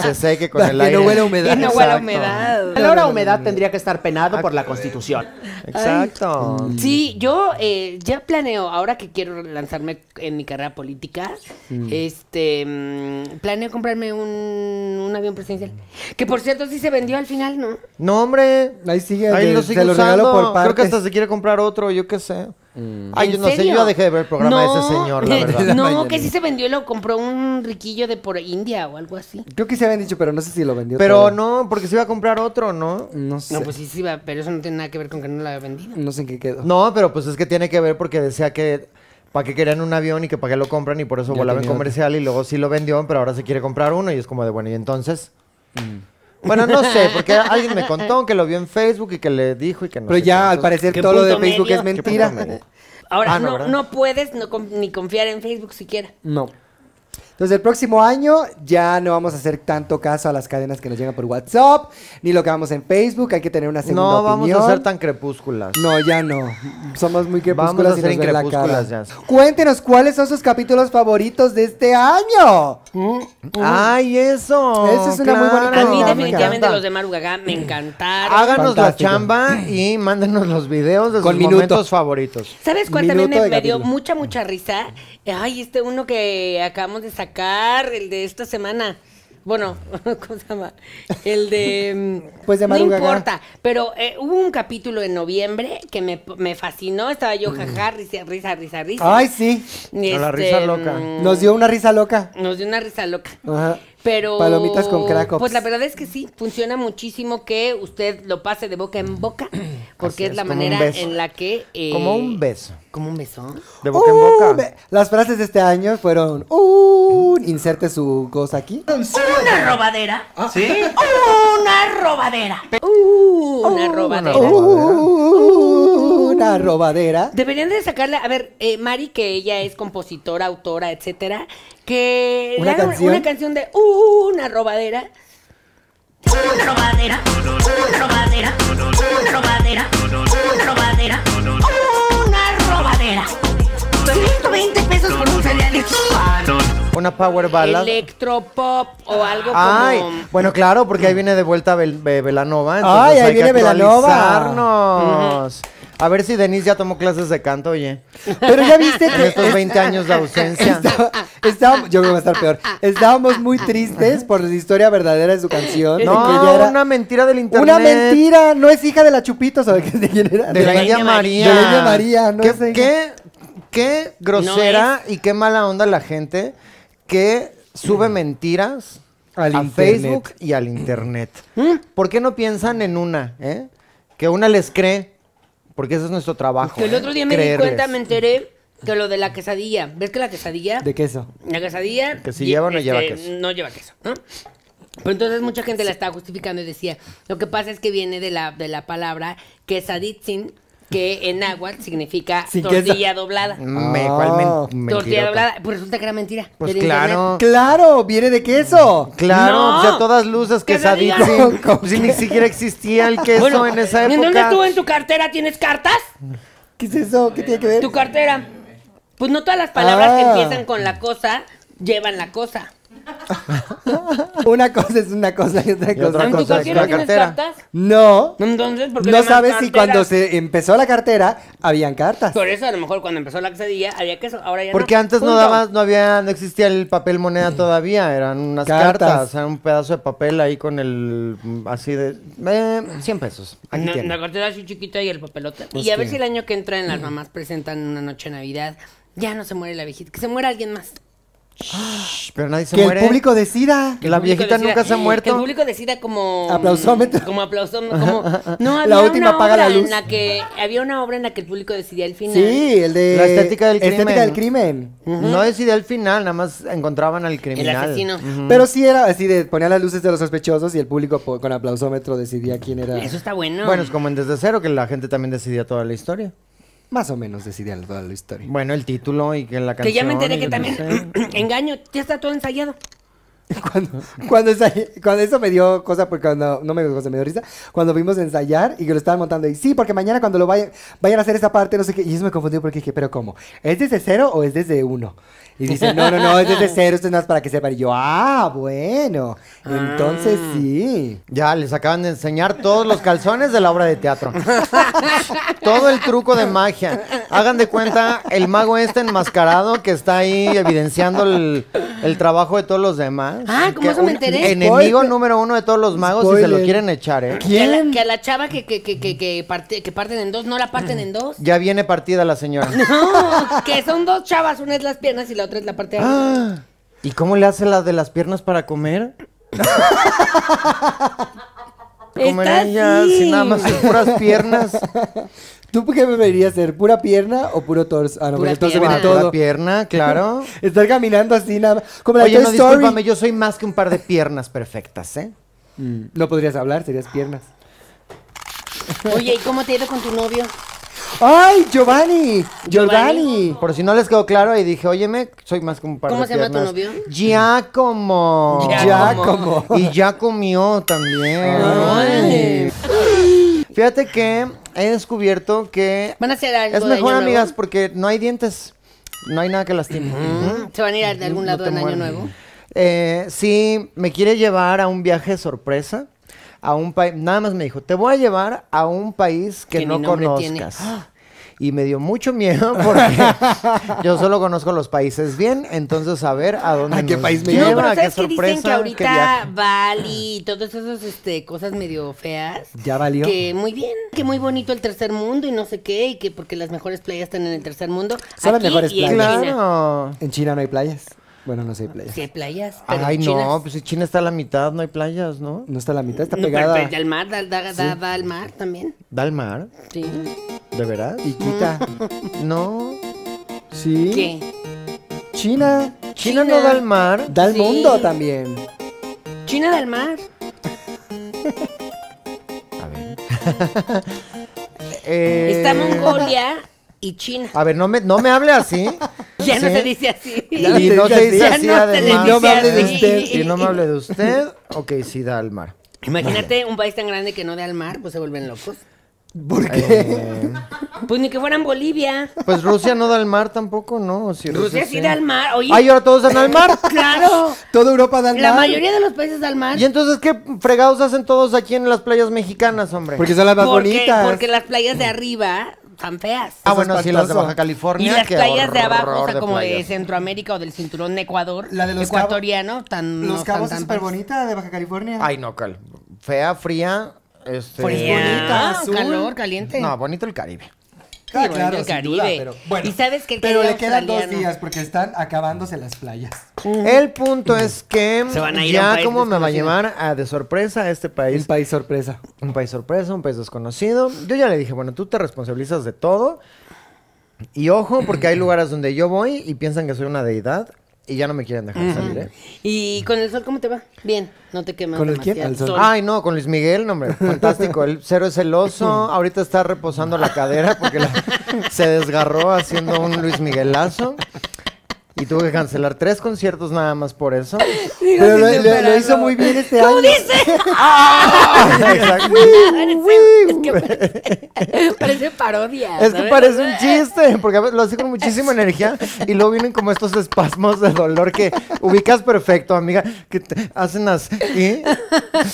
[SPEAKER 3] se seque con
[SPEAKER 2] Para
[SPEAKER 3] el
[SPEAKER 2] que
[SPEAKER 3] aire.
[SPEAKER 2] no huela a humedad.
[SPEAKER 1] y no huele a
[SPEAKER 3] Exacto.
[SPEAKER 1] humedad.
[SPEAKER 4] Calor a humedad tendría que estar penado por la Constitución.
[SPEAKER 3] Exacto.
[SPEAKER 1] Sí, yo eh, ya planeo, ahora que quiero lanzarme en mi carrera política, este, mm, planeo comprarme un, un avión presidencial. Que por cierto sí se vendió al final, ¿no?
[SPEAKER 3] No, hombre.
[SPEAKER 2] Ahí sigue,
[SPEAKER 3] Ahí
[SPEAKER 2] de-
[SPEAKER 3] lo
[SPEAKER 2] se
[SPEAKER 3] sigue
[SPEAKER 2] lo regalo
[SPEAKER 3] usando.
[SPEAKER 2] por
[SPEAKER 3] Creo que
[SPEAKER 2] partes. Mm.
[SPEAKER 3] hasta se quiere comprar otro, yo qué sé. Ay,
[SPEAKER 1] ¿En
[SPEAKER 3] yo no sé,
[SPEAKER 1] serio?
[SPEAKER 3] yo ya dejé de ver el programa de ese
[SPEAKER 1] No, [LAUGHS]
[SPEAKER 3] señor, la verdad.
[SPEAKER 1] No,
[SPEAKER 2] mañana.
[SPEAKER 1] que sí se vendió y lo compró un riquillo de por India o algo así.
[SPEAKER 2] Creo que se habían dicho, pero no sé si lo vendió todo.
[SPEAKER 3] Pero no, porque se iba a comprar otro, ¿no?
[SPEAKER 2] No sé.
[SPEAKER 1] No, pues sí, sí, va, pero eso no tiene nada que ver con que no la haya vendido.
[SPEAKER 2] No sé en qué quedó.
[SPEAKER 3] No, pero pues es que tiene que ver porque decía que para qué querían un avión y que para qué lo compran y por eso
[SPEAKER 2] Ya
[SPEAKER 3] volaba en
[SPEAKER 2] tenía otro.
[SPEAKER 3] comercial y luego sí lo vendió, pero ahora se quiere comprar uno y es como de bueno, y entonces.
[SPEAKER 2] Mm.
[SPEAKER 3] Bueno, no sé,
[SPEAKER 2] [LAUGHS]
[SPEAKER 3] porque alguien me contó que lo vio en Facebook y que le dijo y que no
[SPEAKER 2] Pero
[SPEAKER 3] sé qué,
[SPEAKER 2] ya, al
[SPEAKER 3] entonces-
[SPEAKER 2] parecer,
[SPEAKER 1] ¿Qué
[SPEAKER 2] todo lo de
[SPEAKER 1] punto
[SPEAKER 2] Facebook
[SPEAKER 1] medio?
[SPEAKER 2] es
[SPEAKER 1] ¿Qué
[SPEAKER 2] mentira.
[SPEAKER 3] punto medio?
[SPEAKER 1] Ahora,
[SPEAKER 3] Ah, no,
[SPEAKER 1] no,
[SPEAKER 3] ¿verdad?
[SPEAKER 1] no puedes no con- ni confiar en Facebook siquiera.
[SPEAKER 2] No. Entonces el próximo año ya no vamos a hacer tanto caso a las cadenas que nos llegan por WhatsApp, ni lo que vamos en Facebook, hay que tener una segunda
[SPEAKER 3] No vamos
[SPEAKER 2] opinión.
[SPEAKER 3] a ser tan crepúsculas.
[SPEAKER 2] No, ya no. Somos muy crepúsculas
[SPEAKER 3] Vamos a
[SPEAKER 2] y
[SPEAKER 3] ser
[SPEAKER 2] nos ven la
[SPEAKER 3] increpúsculas
[SPEAKER 2] cara.
[SPEAKER 3] ya.
[SPEAKER 2] Cuéntenos cuáles son sus capítulos favoritos de este año.
[SPEAKER 3] Mm. ¡Ay, eso!
[SPEAKER 2] Eso es una muy bonita
[SPEAKER 1] A
[SPEAKER 2] No,
[SPEAKER 1] mí
[SPEAKER 2] me
[SPEAKER 1] definitivamente
[SPEAKER 2] encanta.
[SPEAKER 1] los de Marugagá me encantaron.
[SPEAKER 3] Háganos
[SPEAKER 2] Fantástico. [CLEARS THROAT]
[SPEAKER 3] la chamba y mándenos los videos de
[SPEAKER 2] Con
[SPEAKER 3] sus
[SPEAKER 2] minuto.
[SPEAKER 3] momentos favoritos.
[SPEAKER 1] ¿Sabes cuál
[SPEAKER 2] Minuto
[SPEAKER 1] también me,
[SPEAKER 2] de
[SPEAKER 1] me dio
[SPEAKER 2] capítulo.
[SPEAKER 1] mucha, mucha risa? Ay, este uno que acabamos de sacar, el de esta semana. Bueno, [LAUGHS] ¿cómo se llama? El de... mm,
[SPEAKER 2] Pues de
[SPEAKER 1] No
[SPEAKER 2] Marugaga.
[SPEAKER 1] importa, pero eh, hubo un capítulo en noviembre que me, me fascinó. Estaba yo jaja, risa, risa, risa, risa.
[SPEAKER 2] Ay, sí.
[SPEAKER 1] Este,
[SPEAKER 3] la risa loca.
[SPEAKER 1] mm,
[SPEAKER 2] Nos dio una risa loca.
[SPEAKER 1] Nos dio una risa loca.
[SPEAKER 2] Ajá.
[SPEAKER 1] Pero.
[SPEAKER 2] Palomitas con crack ops.
[SPEAKER 1] Pues la verdad es que sí, funciona muchísimo que usted lo pase de boca en boca, porque
[SPEAKER 3] Así
[SPEAKER 1] es,
[SPEAKER 3] es,
[SPEAKER 1] la
[SPEAKER 3] como un
[SPEAKER 1] manera
[SPEAKER 3] beso.
[SPEAKER 1] en la que. eh,
[SPEAKER 3] Como un beso.
[SPEAKER 1] Como un beso.
[SPEAKER 3] De boca en
[SPEAKER 2] Uh,
[SPEAKER 3] boca.
[SPEAKER 2] ve- Las frases de este año fueron, uh, inserte su cosa aquí.
[SPEAKER 1] Una robadera.
[SPEAKER 5] ¿Sí?
[SPEAKER 1] Una robadera. una robadera.
[SPEAKER 2] Uh, una robadera.
[SPEAKER 1] Deberían de sacarle, a ver, eh, Mari, que ella es compositora, autora, etcétera, que le
[SPEAKER 2] ¿Una
[SPEAKER 1] hagan
[SPEAKER 2] canción?
[SPEAKER 1] una canción de uh, una robadera.
[SPEAKER 5] robadera, robadera, robadera, robadera, una robadera. 120 pesos por un cereal de pan.
[SPEAKER 3] Una power ballad.
[SPEAKER 1] Electropop o algo
[SPEAKER 3] Ay,
[SPEAKER 1] como.
[SPEAKER 3] bueno, claro, porque ahí viene de vuelta Bel- Be- Belanova.
[SPEAKER 2] Ay,
[SPEAKER 3] entonces
[SPEAKER 2] ahí
[SPEAKER 3] hay que
[SPEAKER 2] viene Belanova.
[SPEAKER 3] actualizarnos. A ver si Denise ya tomó clases de canto, oye.
[SPEAKER 2] Pero ya viste
[SPEAKER 3] En
[SPEAKER 2] que
[SPEAKER 3] estos 20 años
[SPEAKER 2] [LAUGHS]
[SPEAKER 3] de ausencia.
[SPEAKER 2] Estaba- estábamos- yo creo que va a estar peor. Estábamos muy tristes por la historia verdadera de su canción. de que ella
[SPEAKER 3] No,
[SPEAKER 2] era-
[SPEAKER 3] una mentira del internet.
[SPEAKER 2] una mentira. No es hija de la Chupito, ¿sabe qué- [LAUGHS] de quién era?
[SPEAKER 3] De la India María.
[SPEAKER 2] De la India María, no
[SPEAKER 3] ¿Qué,
[SPEAKER 2] sé.
[SPEAKER 3] qué- qué grosera y qué mala onda la gente que sube mentiras
[SPEAKER 2] Al
[SPEAKER 3] a
[SPEAKER 2] internet.
[SPEAKER 3] Facebook y al internet. ¿Por qué no piensan en una? eh? Que una les cree. Porque ese es nuestro trabajo.
[SPEAKER 1] Que el
[SPEAKER 3] ¿eh?
[SPEAKER 1] otro día me di
[SPEAKER 3] Creerles.
[SPEAKER 1] cuenta, me enteré que lo de la quesadilla. ¿Ves que la quesadilla?
[SPEAKER 2] De queso.
[SPEAKER 1] La quesadilla.
[SPEAKER 3] Que si
[SPEAKER 1] lle-
[SPEAKER 3] lleva o no lleva queso.
[SPEAKER 1] No lleva queso, ¿no? Pero entonces mucha gente la estaba justificando y decía, lo que pasa es que viene de la, de la palabra quesaditzin, que en náhuatl significa
[SPEAKER 2] Sin queso.
[SPEAKER 1] tortilla doblada.
[SPEAKER 2] Ah.
[SPEAKER 3] Me, cuál men-
[SPEAKER 2] Tortilla
[SPEAKER 1] Tortilla
[SPEAKER 3] mentirota.
[SPEAKER 1] doblada. Pues resulta que era mentira.
[SPEAKER 3] Pues
[SPEAKER 1] Era internet.
[SPEAKER 3] claro.
[SPEAKER 2] Claro, viene de queso.
[SPEAKER 3] Claro,
[SPEAKER 1] No.
[SPEAKER 3] o sea, todas luces que
[SPEAKER 1] Quesadilla.
[SPEAKER 3] Si ni siquiera existía el queso
[SPEAKER 1] Bueno,
[SPEAKER 3] en esa época.
[SPEAKER 1] ¿En dónde estuvo en tu cartera? ¿Tienes cartas?
[SPEAKER 2] ¿Qué es eso? ¿Qué tiene que ver?
[SPEAKER 1] Tu cartera. Pues no todas las palabras que
[SPEAKER 2] Ah.
[SPEAKER 1] empiezan con la cosa llevan la cosa.
[SPEAKER 2] Una cosa es una cosa y otra
[SPEAKER 3] Y
[SPEAKER 2] cosa.
[SPEAKER 3] otra
[SPEAKER 1] ¿En tu
[SPEAKER 3] cosa es
[SPEAKER 1] cartera
[SPEAKER 3] la
[SPEAKER 1] tienes
[SPEAKER 3] cartera.
[SPEAKER 1] cartas?
[SPEAKER 2] No.
[SPEAKER 1] Entonces, ¿por qué
[SPEAKER 2] No
[SPEAKER 1] llaman
[SPEAKER 2] sabes si
[SPEAKER 1] cartera?
[SPEAKER 2] cuando se empezó la cartera habían cartas.
[SPEAKER 1] Por eso, a lo mejor cuando empezó la quesadilla había queso, ahora ya
[SPEAKER 3] Porque
[SPEAKER 1] no.
[SPEAKER 3] antes no
[SPEAKER 1] Punto.
[SPEAKER 3] dabas, no había, no existía el papel moneda todavía, eran unas
[SPEAKER 2] Cartas.
[SPEAKER 3] cartas, era un pedazo de papel ahí con el, mm, así de, eh, 100 pesos, aquí
[SPEAKER 1] Una,
[SPEAKER 3] tiene.
[SPEAKER 1] una cartera así chiquita y el papelote. y a ver si el año que entra en las mamás presentan una noche de Navidad, ya no se muere la viejita, que se muera alguien más.
[SPEAKER 3] Shh, Pero nadie se
[SPEAKER 2] que
[SPEAKER 3] muere.
[SPEAKER 2] el público decida.
[SPEAKER 3] Que la
[SPEAKER 1] El público
[SPEAKER 3] viejita
[SPEAKER 1] decida-
[SPEAKER 3] nunca se ha
[SPEAKER 1] Que el
[SPEAKER 3] muerto.
[SPEAKER 1] público decida como...
[SPEAKER 2] Aplausómetro.
[SPEAKER 1] Como aplausómetro,
[SPEAKER 3] [LAUGHS]
[SPEAKER 1] como... No,
[SPEAKER 2] La
[SPEAKER 1] había
[SPEAKER 2] última
[SPEAKER 1] una
[SPEAKER 2] apaga la
[SPEAKER 1] obra
[SPEAKER 2] luz.
[SPEAKER 1] En la que, había una obra en la que el público decidía el final.
[SPEAKER 2] Sí, el de.
[SPEAKER 3] La estética del
[SPEAKER 2] Estética
[SPEAKER 3] crimen.
[SPEAKER 2] del crimen.
[SPEAKER 3] No decidía el final, nada más encontraban al
[SPEAKER 1] El
[SPEAKER 3] criminal.
[SPEAKER 1] asesino.
[SPEAKER 2] Pero sí era así de ponían las luces de los sospechosos y el público po- con aplausómetro decidía quién era.
[SPEAKER 1] Eso está bueno.
[SPEAKER 3] Bueno, es como en Desde Cero, que la gente también decidía toda la historia.
[SPEAKER 2] Más o menos decidían toda la historia. [LAUGHS]
[SPEAKER 3] Bueno, el título y que la canción.
[SPEAKER 1] que ya me
[SPEAKER 3] y
[SPEAKER 1] enteré que
[SPEAKER 3] yo
[SPEAKER 1] también...
[SPEAKER 3] qué
[SPEAKER 1] [CLEARS THROAT]
[SPEAKER 3] sé.
[SPEAKER 1] engaño, ya está todo ensayado.
[SPEAKER 2] Cuando, cuando, ensayé- cuando eso me dio cosa, porque cuando, no me dio cosa, me dio risa, cuando vimos ensayar y que lo estaban montando y sí, porque mañana cuando lo vayan, vayan a hacer esa parte, no sé qué, y eso me confundió porque dije, pero ¿cómo? ¿Es desde cero o es desde uno? Y dicen, no, no, no, es
[SPEAKER 3] [LAUGHS]
[SPEAKER 2] desde cero, esto es nada más para que sepan. Y yo, ah, bueno,
[SPEAKER 3] Ah.
[SPEAKER 2] entonces sí.
[SPEAKER 3] Ya, les acaban de enseñar todos los calzones de la obra
[SPEAKER 1] [LAUGHS]
[SPEAKER 3] de teatro. Todo el truco de magia. Hagan de cuenta el mago este enmascarado que está ahí evidenciando el, el trabajo de todos los demás.
[SPEAKER 1] Ah, ¿cómo
[SPEAKER 3] Que
[SPEAKER 1] eso me
[SPEAKER 3] un
[SPEAKER 1] enteré?
[SPEAKER 3] Enemigo
[SPEAKER 2] Spoiler.
[SPEAKER 3] número uno de todos los magos y se
[SPEAKER 2] Spoiler.
[SPEAKER 3] lo quieren echar, ¿eh?
[SPEAKER 1] Que a, la,
[SPEAKER 2] ¿Quién?
[SPEAKER 1] que a la chava que, que, que, que, que parte- que parten en dos, no la parten en dos.
[SPEAKER 3] Ya viene partida la señora.
[SPEAKER 1] No, Oh, que son dos chavas, una es las piernas y la otra es la parte de arriba.
[SPEAKER 3] Ah, ¿Y cómo le hace la de las piernas para comer? Comer
[SPEAKER 1] Está
[SPEAKER 3] ella
[SPEAKER 1] así.
[SPEAKER 3] sin nada más sus puras
[SPEAKER 1] [LAUGHS]
[SPEAKER 3] piernas.
[SPEAKER 2] ¿Tú por qué preferirías ser pura pierna o puro torso? Ah, no,
[SPEAKER 1] Pura
[SPEAKER 2] porque el torso
[SPEAKER 1] pierna.
[SPEAKER 2] viene
[SPEAKER 3] Pura
[SPEAKER 2] todo.
[SPEAKER 3] pierna, claro.
[SPEAKER 2] Estar caminando así nada más. Como la
[SPEAKER 3] Oye,
[SPEAKER 2] Toy
[SPEAKER 3] no,
[SPEAKER 2] Story.
[SPEAKER 3] discúlpame, yo soy más que un par de piernas perfectas, ¿eh?
[SPEAKER 2] Mm, No podrías hablar, serías piernas.
[SPEAKER 1] Oye, ¿y cómo te ha ido con tu novio?
[SPEAKER 2] ¡Ay, Giovanni!
[SPEAKER 1] Giovanni.
[SPEAKER 2] ¡Giovanni!
[SPEAKER 3] Por si no les quedó claro, ahí dije, óyeme, soy más que un par
[SPEAKER 1] ¿Cómo
[SPEAKER 3] de
[SPEAKER 1] se llama tu
[SPEAKER 3] piernas.
[SPEAKER 1] novio?
[SPEAKER 3] Giacomo.
[SPEAKER 2] Giacomo.
[SPEAKER 3] Y ya comió también.
[SPEAKER 1] Ay.
[SPEAKER 3] Ay. Fíjate que he descubierto que
[SPEAKER 1] ¿Van a hacer algo
[SPEAKER 3] es
[SPEAKER 1] de
[SPEAKER 3] mejor,
[SPEAKER 1] Año
[SPEAKER 3] amigas,
[SPEAKER 1] Nuevo?
[SPEAKER 3] porque no hay dientes. No hay nada que lastime.
[SPEAKER 1] ¿Se van a ir a de algún
[SPEAKER 3] No
[SPEAKER 1] lado
[SPEAKER 3] te
[SPEAKER 1] en Año
[SPEAKER 3] mueran.
[SPEAKER 1] Nuevo?
[SPEAKER 3] Eh, sí, me quiere llevar a un viaje sorpresa. A un país. Nada más me dijo, te voy a llevar a un país que,
[SPEAKER 1] Que
[SPEAKER 3] no
[SPEAKER 1] ni nombre
[SPEAKER 3] conozcas.
[SPEAKER 1] tiene.
[SPEAKER 3] Y me dio mucho miedo [LAUGHS] porque yo solo conozco los países bien, entonces a ver a dónde
[SPEAKER 2] ¿A qué
[SPEAKER 3] nos
[SPEAKER 2] país me
[SPEAKER 3] lleva,
[SPEAKER 2] lleva?
[SPEAKER 1] no, pero
[SPEAKER 3] a qué
[SPEAKER 1] ¿sabes que
[SPEAKER 3] sorpresa,
[SPEAKER 1] dicen que
[SPEAKER 3] qué viaje.
[SPEAKER 1] ahorita Bali y todas esas este, cosas medio feas?
[SPEAKER 2] Ya valió.
[SPEAKER 1] Que muy bien, que muy bonito el tercer mundo y no sé qué, y que porque las mejores playas están en el tercer mundo.
[SPEAKER 2] Son las
[SPEAKER 1] Aquí
[SPEAKER 2] mejores
[SPEAKER 1] y en
[SPEAKER 2] playas.
[SPEAKER 1] China.
[SPEAKER 3] Claro.
[SPEAKER 2] En China no hay playas. Bueno, no sé, hay playas.
[SPEAKER 1] Sí, hay playas. pero
[SPEAKER 3] Ay, no,
[SPEAKER 1] chinas.
[SPEAKER 3] pues si China está a la mitad, no hay playas, ¿no?
[SPEAKER 2] No está a la mitad, está
[SPEAKER 1] No, pero- pues
[SPEAKER 2] pegada.
[SPEAKER 1] pero al mar, da, da- da- da al mar también.
[SPEAKER 3] ¿Da el mar?
[SPEAKER 1] Sí.
[SPEAKER 3] ¿De verdad?
[SPEAKER 2] Y quita.
[SPEAKER 3] No.
[SPEAKER 2] Sí.
[SPEAKER 1] ¿Qué?
[SPEAKER 2] China.
[SPEAKER 3] China,
[SPEAKER 1] China.
[SPEAKER 3] no da el mar.
[SPEAKER 2] Da al
[SPEAKER 1] Sí.
[SPEAKER 2] mundo también.
[SPEAKER 1] China del mar.
[SPEAKER 3] [LAUGHS] A ver. eh,
[SPEAKER 1] Está Mongolia y China.
[SPEAKER 3] A ver, no me, no me hable así.
[SPEAKER 1] [LAUGHS] Ya no
[SPEAKER 3] ¿sí?
[SPEAKER 1] se dice así.
[SPEAKER 3] Y no se dice
[SPEAKER 1] Ya
[SPEAKER 3] así,
[SPEAKER 1] no se le
[SPEAKER 3] además.
[SPEAKER 1] dice
[SPEAKER 2] No me hable de
[SPEAKER 1] así.
[SPEAKER 2] usted.
[SPEAKER 3] Y no me hable de usted. Ok, sí, da al mar.
[SPEAKER 1] Imagínate un país tan grande que no da al mar, pues se vuelven locos.
[SPEAKER 2] ¿Por qué?
[SPEAKER 1] Pues ni que fueran Bolivia.
[SPEAKER 3] Eh, Pues Rusia no da al mar tampoco, ¿no?
[SPEAKER 2] Pues
[SPEAKER 3] Sí,
[SPEAKER 1] Rusia sí da al mar. Oye,
[SPEAKER 3] Ay, ahora todos dan al mar.
[SPEAKER 1] [LAUGHS]
[SPEAKER 2] [LAUGHS]
[SPEAKER 1] claro.
[SPEAKER 2] Toda Europa da al
[SPEAKER 1] La
[SPEAKER 2] mar.
[SPEAKER 1] mayoría de los países da al mar.
[SPEAKER 3] ¿Y entonces qué fregados hacen todos aquí en las playas mexicanas, hombre?
[SPEAKER 2] Porque son las más
[SPEAKER 1] porque,
[SPEAKER 2] bonitas.
[SPEAKER 1] porque las playas de arriba están feas.
[SPEAKER 3] ah,
[SPEAKER 2] es
[SPEAKER 3] bueno, sí, las de
[SPEAKER 2] espantoso.
[SPEAKER 3] Baja California.
[SPEAKER 1] Y las
[SPEAKER 3] qué
[SPEAKER 1] playas de abajo, o
[SPEAKER 3] horror
[SPEAKER 1] sea, como de,
[SPEAKER 3] playas.
[SPEAKER 1] Centroamérica o del cinturón de Ecuador,
[SPEAKER 2] La de los
[SPEAKER 1] ecuatoriano, tan no
[SPEAKER 2] Los
[SPEAKER 1] están
[SPEAKER 2] Cabos es
[SPEAKER 1] tan
[SPEAKER 2] súper
[SPEAKER 1] feas.
[SPEAKER 2] bonita de Baja California.
[SPEAKER 3] Ay, no, Cal. Fea, fría. Este...
[SPEAKER 1] Fría, Ah,
[SPEAKER 2] bonita, azul.
[SPEAKER 1] calor, caliente.
[SPEAKER 3] No, bonito el Caribe.
[SPEAKER 1] Sí, bueno, el
[SPEAKER 2] sin
[SPEAKER 1] Caribe. ¿Y sabes qué? El
[SPEAKER 2] Pero
[SPEAKER 1] Caribe
[SPEAKER 2] le quedan dos
[SPEAKER 1] australiano.
[SPEAKER 2] días porque están acabándose las playas.
[SPEAKER 3] El punto es que
[SPEAKER 1] Se van a ir a un
[SPEAKER 3] ya
[SPEAKER 1] país
[SPEAKER 3] como me va a
[SPEAKER 1] desconocido.
[SPEAKER 3] llevar a- de sorpresa a este
[SPEAKER 2] Un
[SPEAKER 3] país.
[SPEAKER 2] país sorpresa.
[SPEAKER 3] Un país sorpresa, un país desconocido. Yo ya le dije, bueno, tú te responsabilizas de todo. Y ojo,
[SPEAKER 1] [CLEARS THROAT]
[SPEAKER 3] porque hay lugares donde yo voy y piensan que soy una deidad y ya no me quieren dejar salir, ¿eh?
[SPEAKER 1] ¿Y con el sol cómo te va? Bien, no te quemas
[SPEAKER 2] ¿Con el quién?
[SPEAKER 1] demasiado.
[SPEAKER 2] Al sol.
[SPEAKER 3] Ay, no, con Luis Miguel, no, hombre, fantástico. El cero es
[SPEAKER 2] [LAUGHS]
[SPEAKER 3] el oso. Ahorita está reposando la cadera porque la- se desgarró haciendo un Luis Miguelazo. Y tuvo que cancelar tres conciertos nada más por eso.
[SPEAKER 1] Digo,
[SPEAKER 2] Pero
[SPEAKER 1] sin
[SPEAKER 2] lo, lo- lo
[SPEAKER 1] superarlo.
[SPEAKER 2] hizo muy bien este
[SPEAKER 1] ¿Cómo
[SPEAKER 2] año. [LAUGHS]
[SPEAKER 1] dice? ¡Ah!
[SPEAKER 3] Exacto.
[SPEAKER 1] es que parece, [LAUGHS] parece parodia.
[SPEAKER 3] Es que
[SPEAKER 1] ¿sabes? [LAUGHS]
[SPEAKER 3] parece un chiste, porque a veces lo hace con muchísima energía y luego vienen como estos espasmos de dolor que ubicas perfecto, amiga, que te hacen así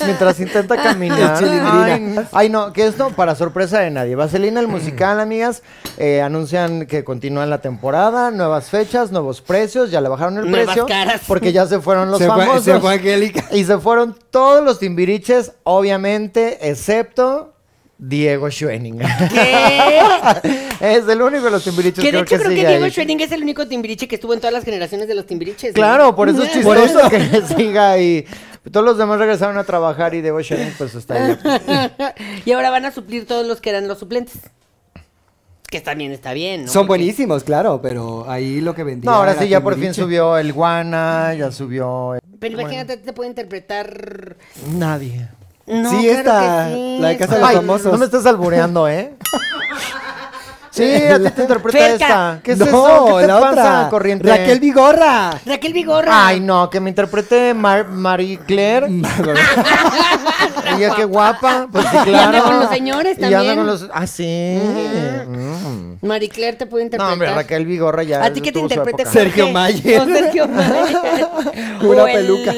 [SPEAKER 3] mientras intenta caminar.
[SPEAKER 2] Chilindrina.
[SPEAKER 3] Ay, no. Ay, no, que esto para sorpresa de nadie. Vaselina el musical, amigas, eh, anuncian que continúan la temporada, nuevas fechas, nuevos precios, ya le bajaron el
[SPEAKER 1] Nuevas
[SPEAKER 3] precio
[SPEAKER 1] caras.
[SPEAKER 3] porque ya se fueron los
[SPEAKER 2] Se fue-
[SPEAKER 3] famosos.
[SPEAKER 2] se fue Angélica.
[SPEAKER 3] [LAUGHS] Y se fueron todos los timbiriches, obviamente, excepto Diego Schoening.
[SPEAKER 1] ¿Qué?
[SPEAKER 3] [LAUGHS] Es el único de los timbiriches
[SPEAKER 1] Que de
[SPEAKER 3] creo
[SPEAKER 1] hecho creo que
[SPEAKER 3] sigue
[SPEAKER 1] Diego
[SPEAKER 3] ahí.
[SPEAKER 1] Schwenning es el único timbiriche que estuvo en todas las generaciones de los timbiriches. ¿no?
[SPEAKER 3] Claro, por eso es
[SPEAKER 2] Por
[SPEAKER 3] chistoso que [LAUGHS] siga ahí. Todos los demás regresaron a trabajar y Diego Schoening pues está
[SPEAKER 1] [LAUGHS]
[SPEAKER 3] ahí.
[SPEAKER 1] [LAUGHS] y ahora van a suplir todos los que eran los suplentes. Que también está bien, ¿no?
[SPEAKER 2] Son
[SPEAKER 1] Porque-
[SPEAKER 2] buenísimos, claro, pero ahí lo que vendía.
[SPEAKER 3] No, ahora
[SPEAKER 2] era
[SPEAKER 3] sí ya por fin
[SPEAKER 2] timbiriche.
[SPEAKER 3] subió el Guana, ya subió... el-
[SPEAKER 1] Pero imagínate, te puede interpretar.
[SPEAKER 3] Nadie.
[SPEAKER 1] No,
[SPEAKER 2] Sí,
[SPEAKER 1] claro
[SPEAKER 2] esta,
[SPEAKER 1] que sí.
[SPEAKER 2] la de Casa de los
[SPEAKER 3] Ay,
[SPEAKER 2] Famosos.
[SPEAKER 3] no me estás
[SPEAKER 2] [LAUGHS]
[SPEAKER 3] albureando, ¿eh? Sí, a ti te interpreta
[SPEAKER 1] Ferca.
[SPEAKER 3] esta. ¿Qué es
[SPEAKER 2] no,
[SPEAKER 3] eso? ¿Qué te
[SPEAKER 2] la
[SPEAKER 3] pasa,
[SPEAKER 2] otra.
[SPEAKER 3] corriente?
[SPEAKER 2] Raquel Vigorra.
[SPEAKER 1] Raquel Vigorra.
[SPEAKER 3] Ay, no, que me interprete Mar- Marie [LAUGHS] Claire. Ella qué guapa. Pues sí,
[SPEAKER 1] Y
[SPEAKER 3] claro.
[SPEAKER 1] anda con los señores
[SPEAKER 3] Y anda
[SPEAKER 1] también.
[SPEAKER 3] con los. Ah, sí. Mm.
[SPEAKER 1] Marie Claire te puede interpretar.
[SPEAKER 3] No, hombre, Raquel Vigorra ya.
[SPEAKER 1] ¿A ti qué te
[SPEAKER 3] tuvo su
[SPEAKER 1] interpreta?
[SPEAKER 3] época.
[SPEAKER 2] Ser- Sergio Mayer.
[SPEAKER 1] O Sergio Mayer.
[SPEAKER 2] Una
[SPEAKER 1] O el-
[SPEAKER 2] peluca.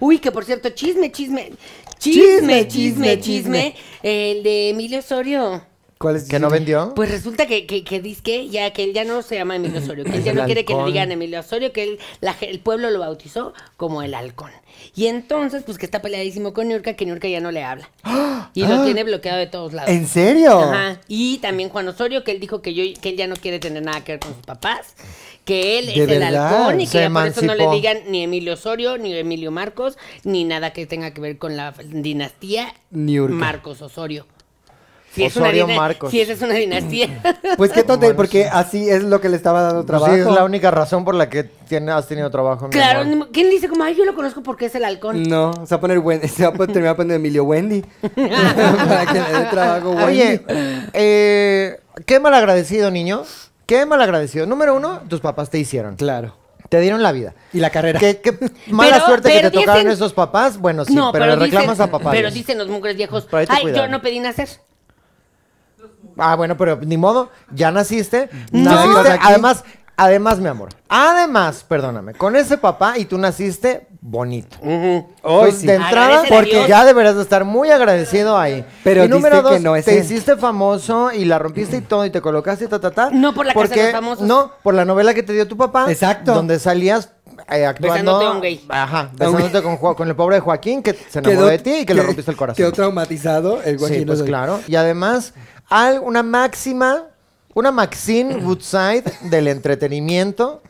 [SPEAKER 1] Uy, que por cierto, chisme, chisme. Chisme,
[SPEAKER 2] Chisme,
[SPEAKER 1] chisme,
[SPEAKER 2] chisme,
[SPEAKER 1] chisme. El de Emilio Osorio.
[SPEAKER 2] ¿Cuál es?
[SPEAKER 3] ¿Que no vendió?
[SPEAKER 1] Pues resulta que, que, que dizque, ya que él ya no se llama Emilio Osorio, que él
[SPEAKER 3] Es
[SPEAKER 1] ya
[SPEAKER 3] el
[SPEAKER 1] no quiere que le
[SPEAKER 3] halcón.
[SPEAKER 1] digan Emilio Osorio, que él, la ge- el pueblo lo bautizó como el halcón. Y entonces, pues que está peleadísimo con Niurka, que Niurka ya no le
[SPEAKER 3] [GASPS]
[SPEAKER 1] habla. Y
[SPEAKER 3] Ah.
[SPEAKER 1] lo tiene bloqueado de todos lados.
[SPEAKER 2] ¿En serio?
[SPEAKER 1] Ajá. Y también Juan Osorio, que él dijo que yo que él ya no quiere tener nada que ver con sus papás, que él es
[SPEAKER 2] ¿De
[SPEAKER 1] el
[SPEAKER 2] verdad?
[SPEAKER 1] halcón y que
[SPEAKER 3] Se
[SPEAKER 1] ya por eso no le
[SPEAKER 3] emancipó.
[SPEAKER 1] digan ni Emilio Osorio, ni Emilio Marcos, ni nada que tenga que ver con la dinastía
[SPEAKER 2] Niurka.
[SPEAKER 1] Marcos Osorio. Si
[SPEAKER 3] Osorio
[SPEAKER 1] es una dina-
[SPEAKER 3] Marcos.
[SPEAKER 1] Si esa es una
[SPEAKER 3] [LAUGHS]
[SPEAKER 1] dinastía.
[SPEAKER 2] Pues qué tontería, porque así es lo que le estaba dando
[SPEAKER 3] Pues
[SPEAKER 2] trabajo.
[SPEAKER 3] Sí, es la única razón por la que tiene- has tenido trabajo. mi
[SPEAKER 1] claro,
[SPEAKER 3] amor.
[SPEAKER 1] ni- ¿quién dice como, ay, yo lo conozco porque es el halcón?
[SPEAKER 2] No, se va a poner Wen- [LAUGHS] se va a poner- terminar poniendo Emilio
[SPEAKER 3] [LAUGHS]
[SPEAKER 2] Wendy. [LAUGHS] para que le dé trabajo Wendy.
[SPEAKER 3] Oye, eh, qué malagradecido, niño. Qué malagradecido. Número uno, tus papás te hicieron.
[SPEAKER 2] Claro.
[SPEAKER 3] Te dieron la vida.
[SPEAKER 2] Y la carrera.
[SPEAKER 3] Qué, qué mala
[SPEAKER 1] Pero-
[SPEAKER 3] suerte
[SPEAKER 1] pero
[SPEAKER 3] que te tocaron
[SPEAKER 1] dicen-
[SPEAKER 3] esos papás. Bueno, sí, pero, le
[SPEAKER 1] dicen-
[SPEAKER 3] reclamas a papá.
[SPEAKER 1] Pero
[SPEAKER 3] Dios.
[SPEAKER 1] dicen los mugres viejos,
[SPEAKER 3] Pero ahí te
[SPEAKER 1] ay, yo
[SPEAKER 3] cuidaron".
[SPEAKER 1] no pedí nacer.
[SPEAKER 3] Ah, bueno, pero ni modo, ya naciste.
[SPEAKER 2] No.
[SPEAKER 3] Naciste,
[SPEAKER 2] Aquí.
[SPEAKER 3] además, además, mi amor. Además, perdóname, con ese papá y tú naciste bonito.
[SPEAKER 2] Hoy
[SPEAKER 3] Entonces,
[SPEAKER 2] sí.
[SPEAKER 3] De entrada,
[SPEAKER 1] Agradecele a
[SPEAKER 3] porque
[SPEAKER 1] Dios.
[SPEAKER 3] ya deberías de estar muy agradecido ahí.
[SPEAKER 2] Pero
[SPEAKER 3] y número
[SPEAKER 2] diste
[SPEAKER 3] dos,
[SPEAKER 2] que no es
[SPEAKER 3] te
[SPEAKER 2] él.
[SPEAKER 3] hiciste famoso y la rompiste y todo y te colocaste y ta ta ta.
[SPEAKER 1] No por la Casa de
[SPEAKER 3] porque,
[SPEAKER 1] los Famosos.
[SPEAKER 3] No, por la novela que te dio tu papá.
[SPEAKER 2] Exacto.
[SPEAKER 3] Donde salías eh, actuando.
[SPEAKER 1] Besándote a un gay.
[SPEAKER 3] Ajá,
[SPEAKER 2] A un
[SPEAKER 3] besándote con, Jo- con el pobre Joaquín que se enamoró de ti y que, le rompiste el corazón.
[SPEAKER 2] Quedó traumatizado el guajiro.
[SPEAKER 3] Sí, pues
[SPEAKER 2] soy-
[SPEAKER 3] claro. Y además, al- una máxima,
[SPEAKER 2] [CLEARS THROAT]
[SPEAKER 3] una Maxine Woodside del entretenimiento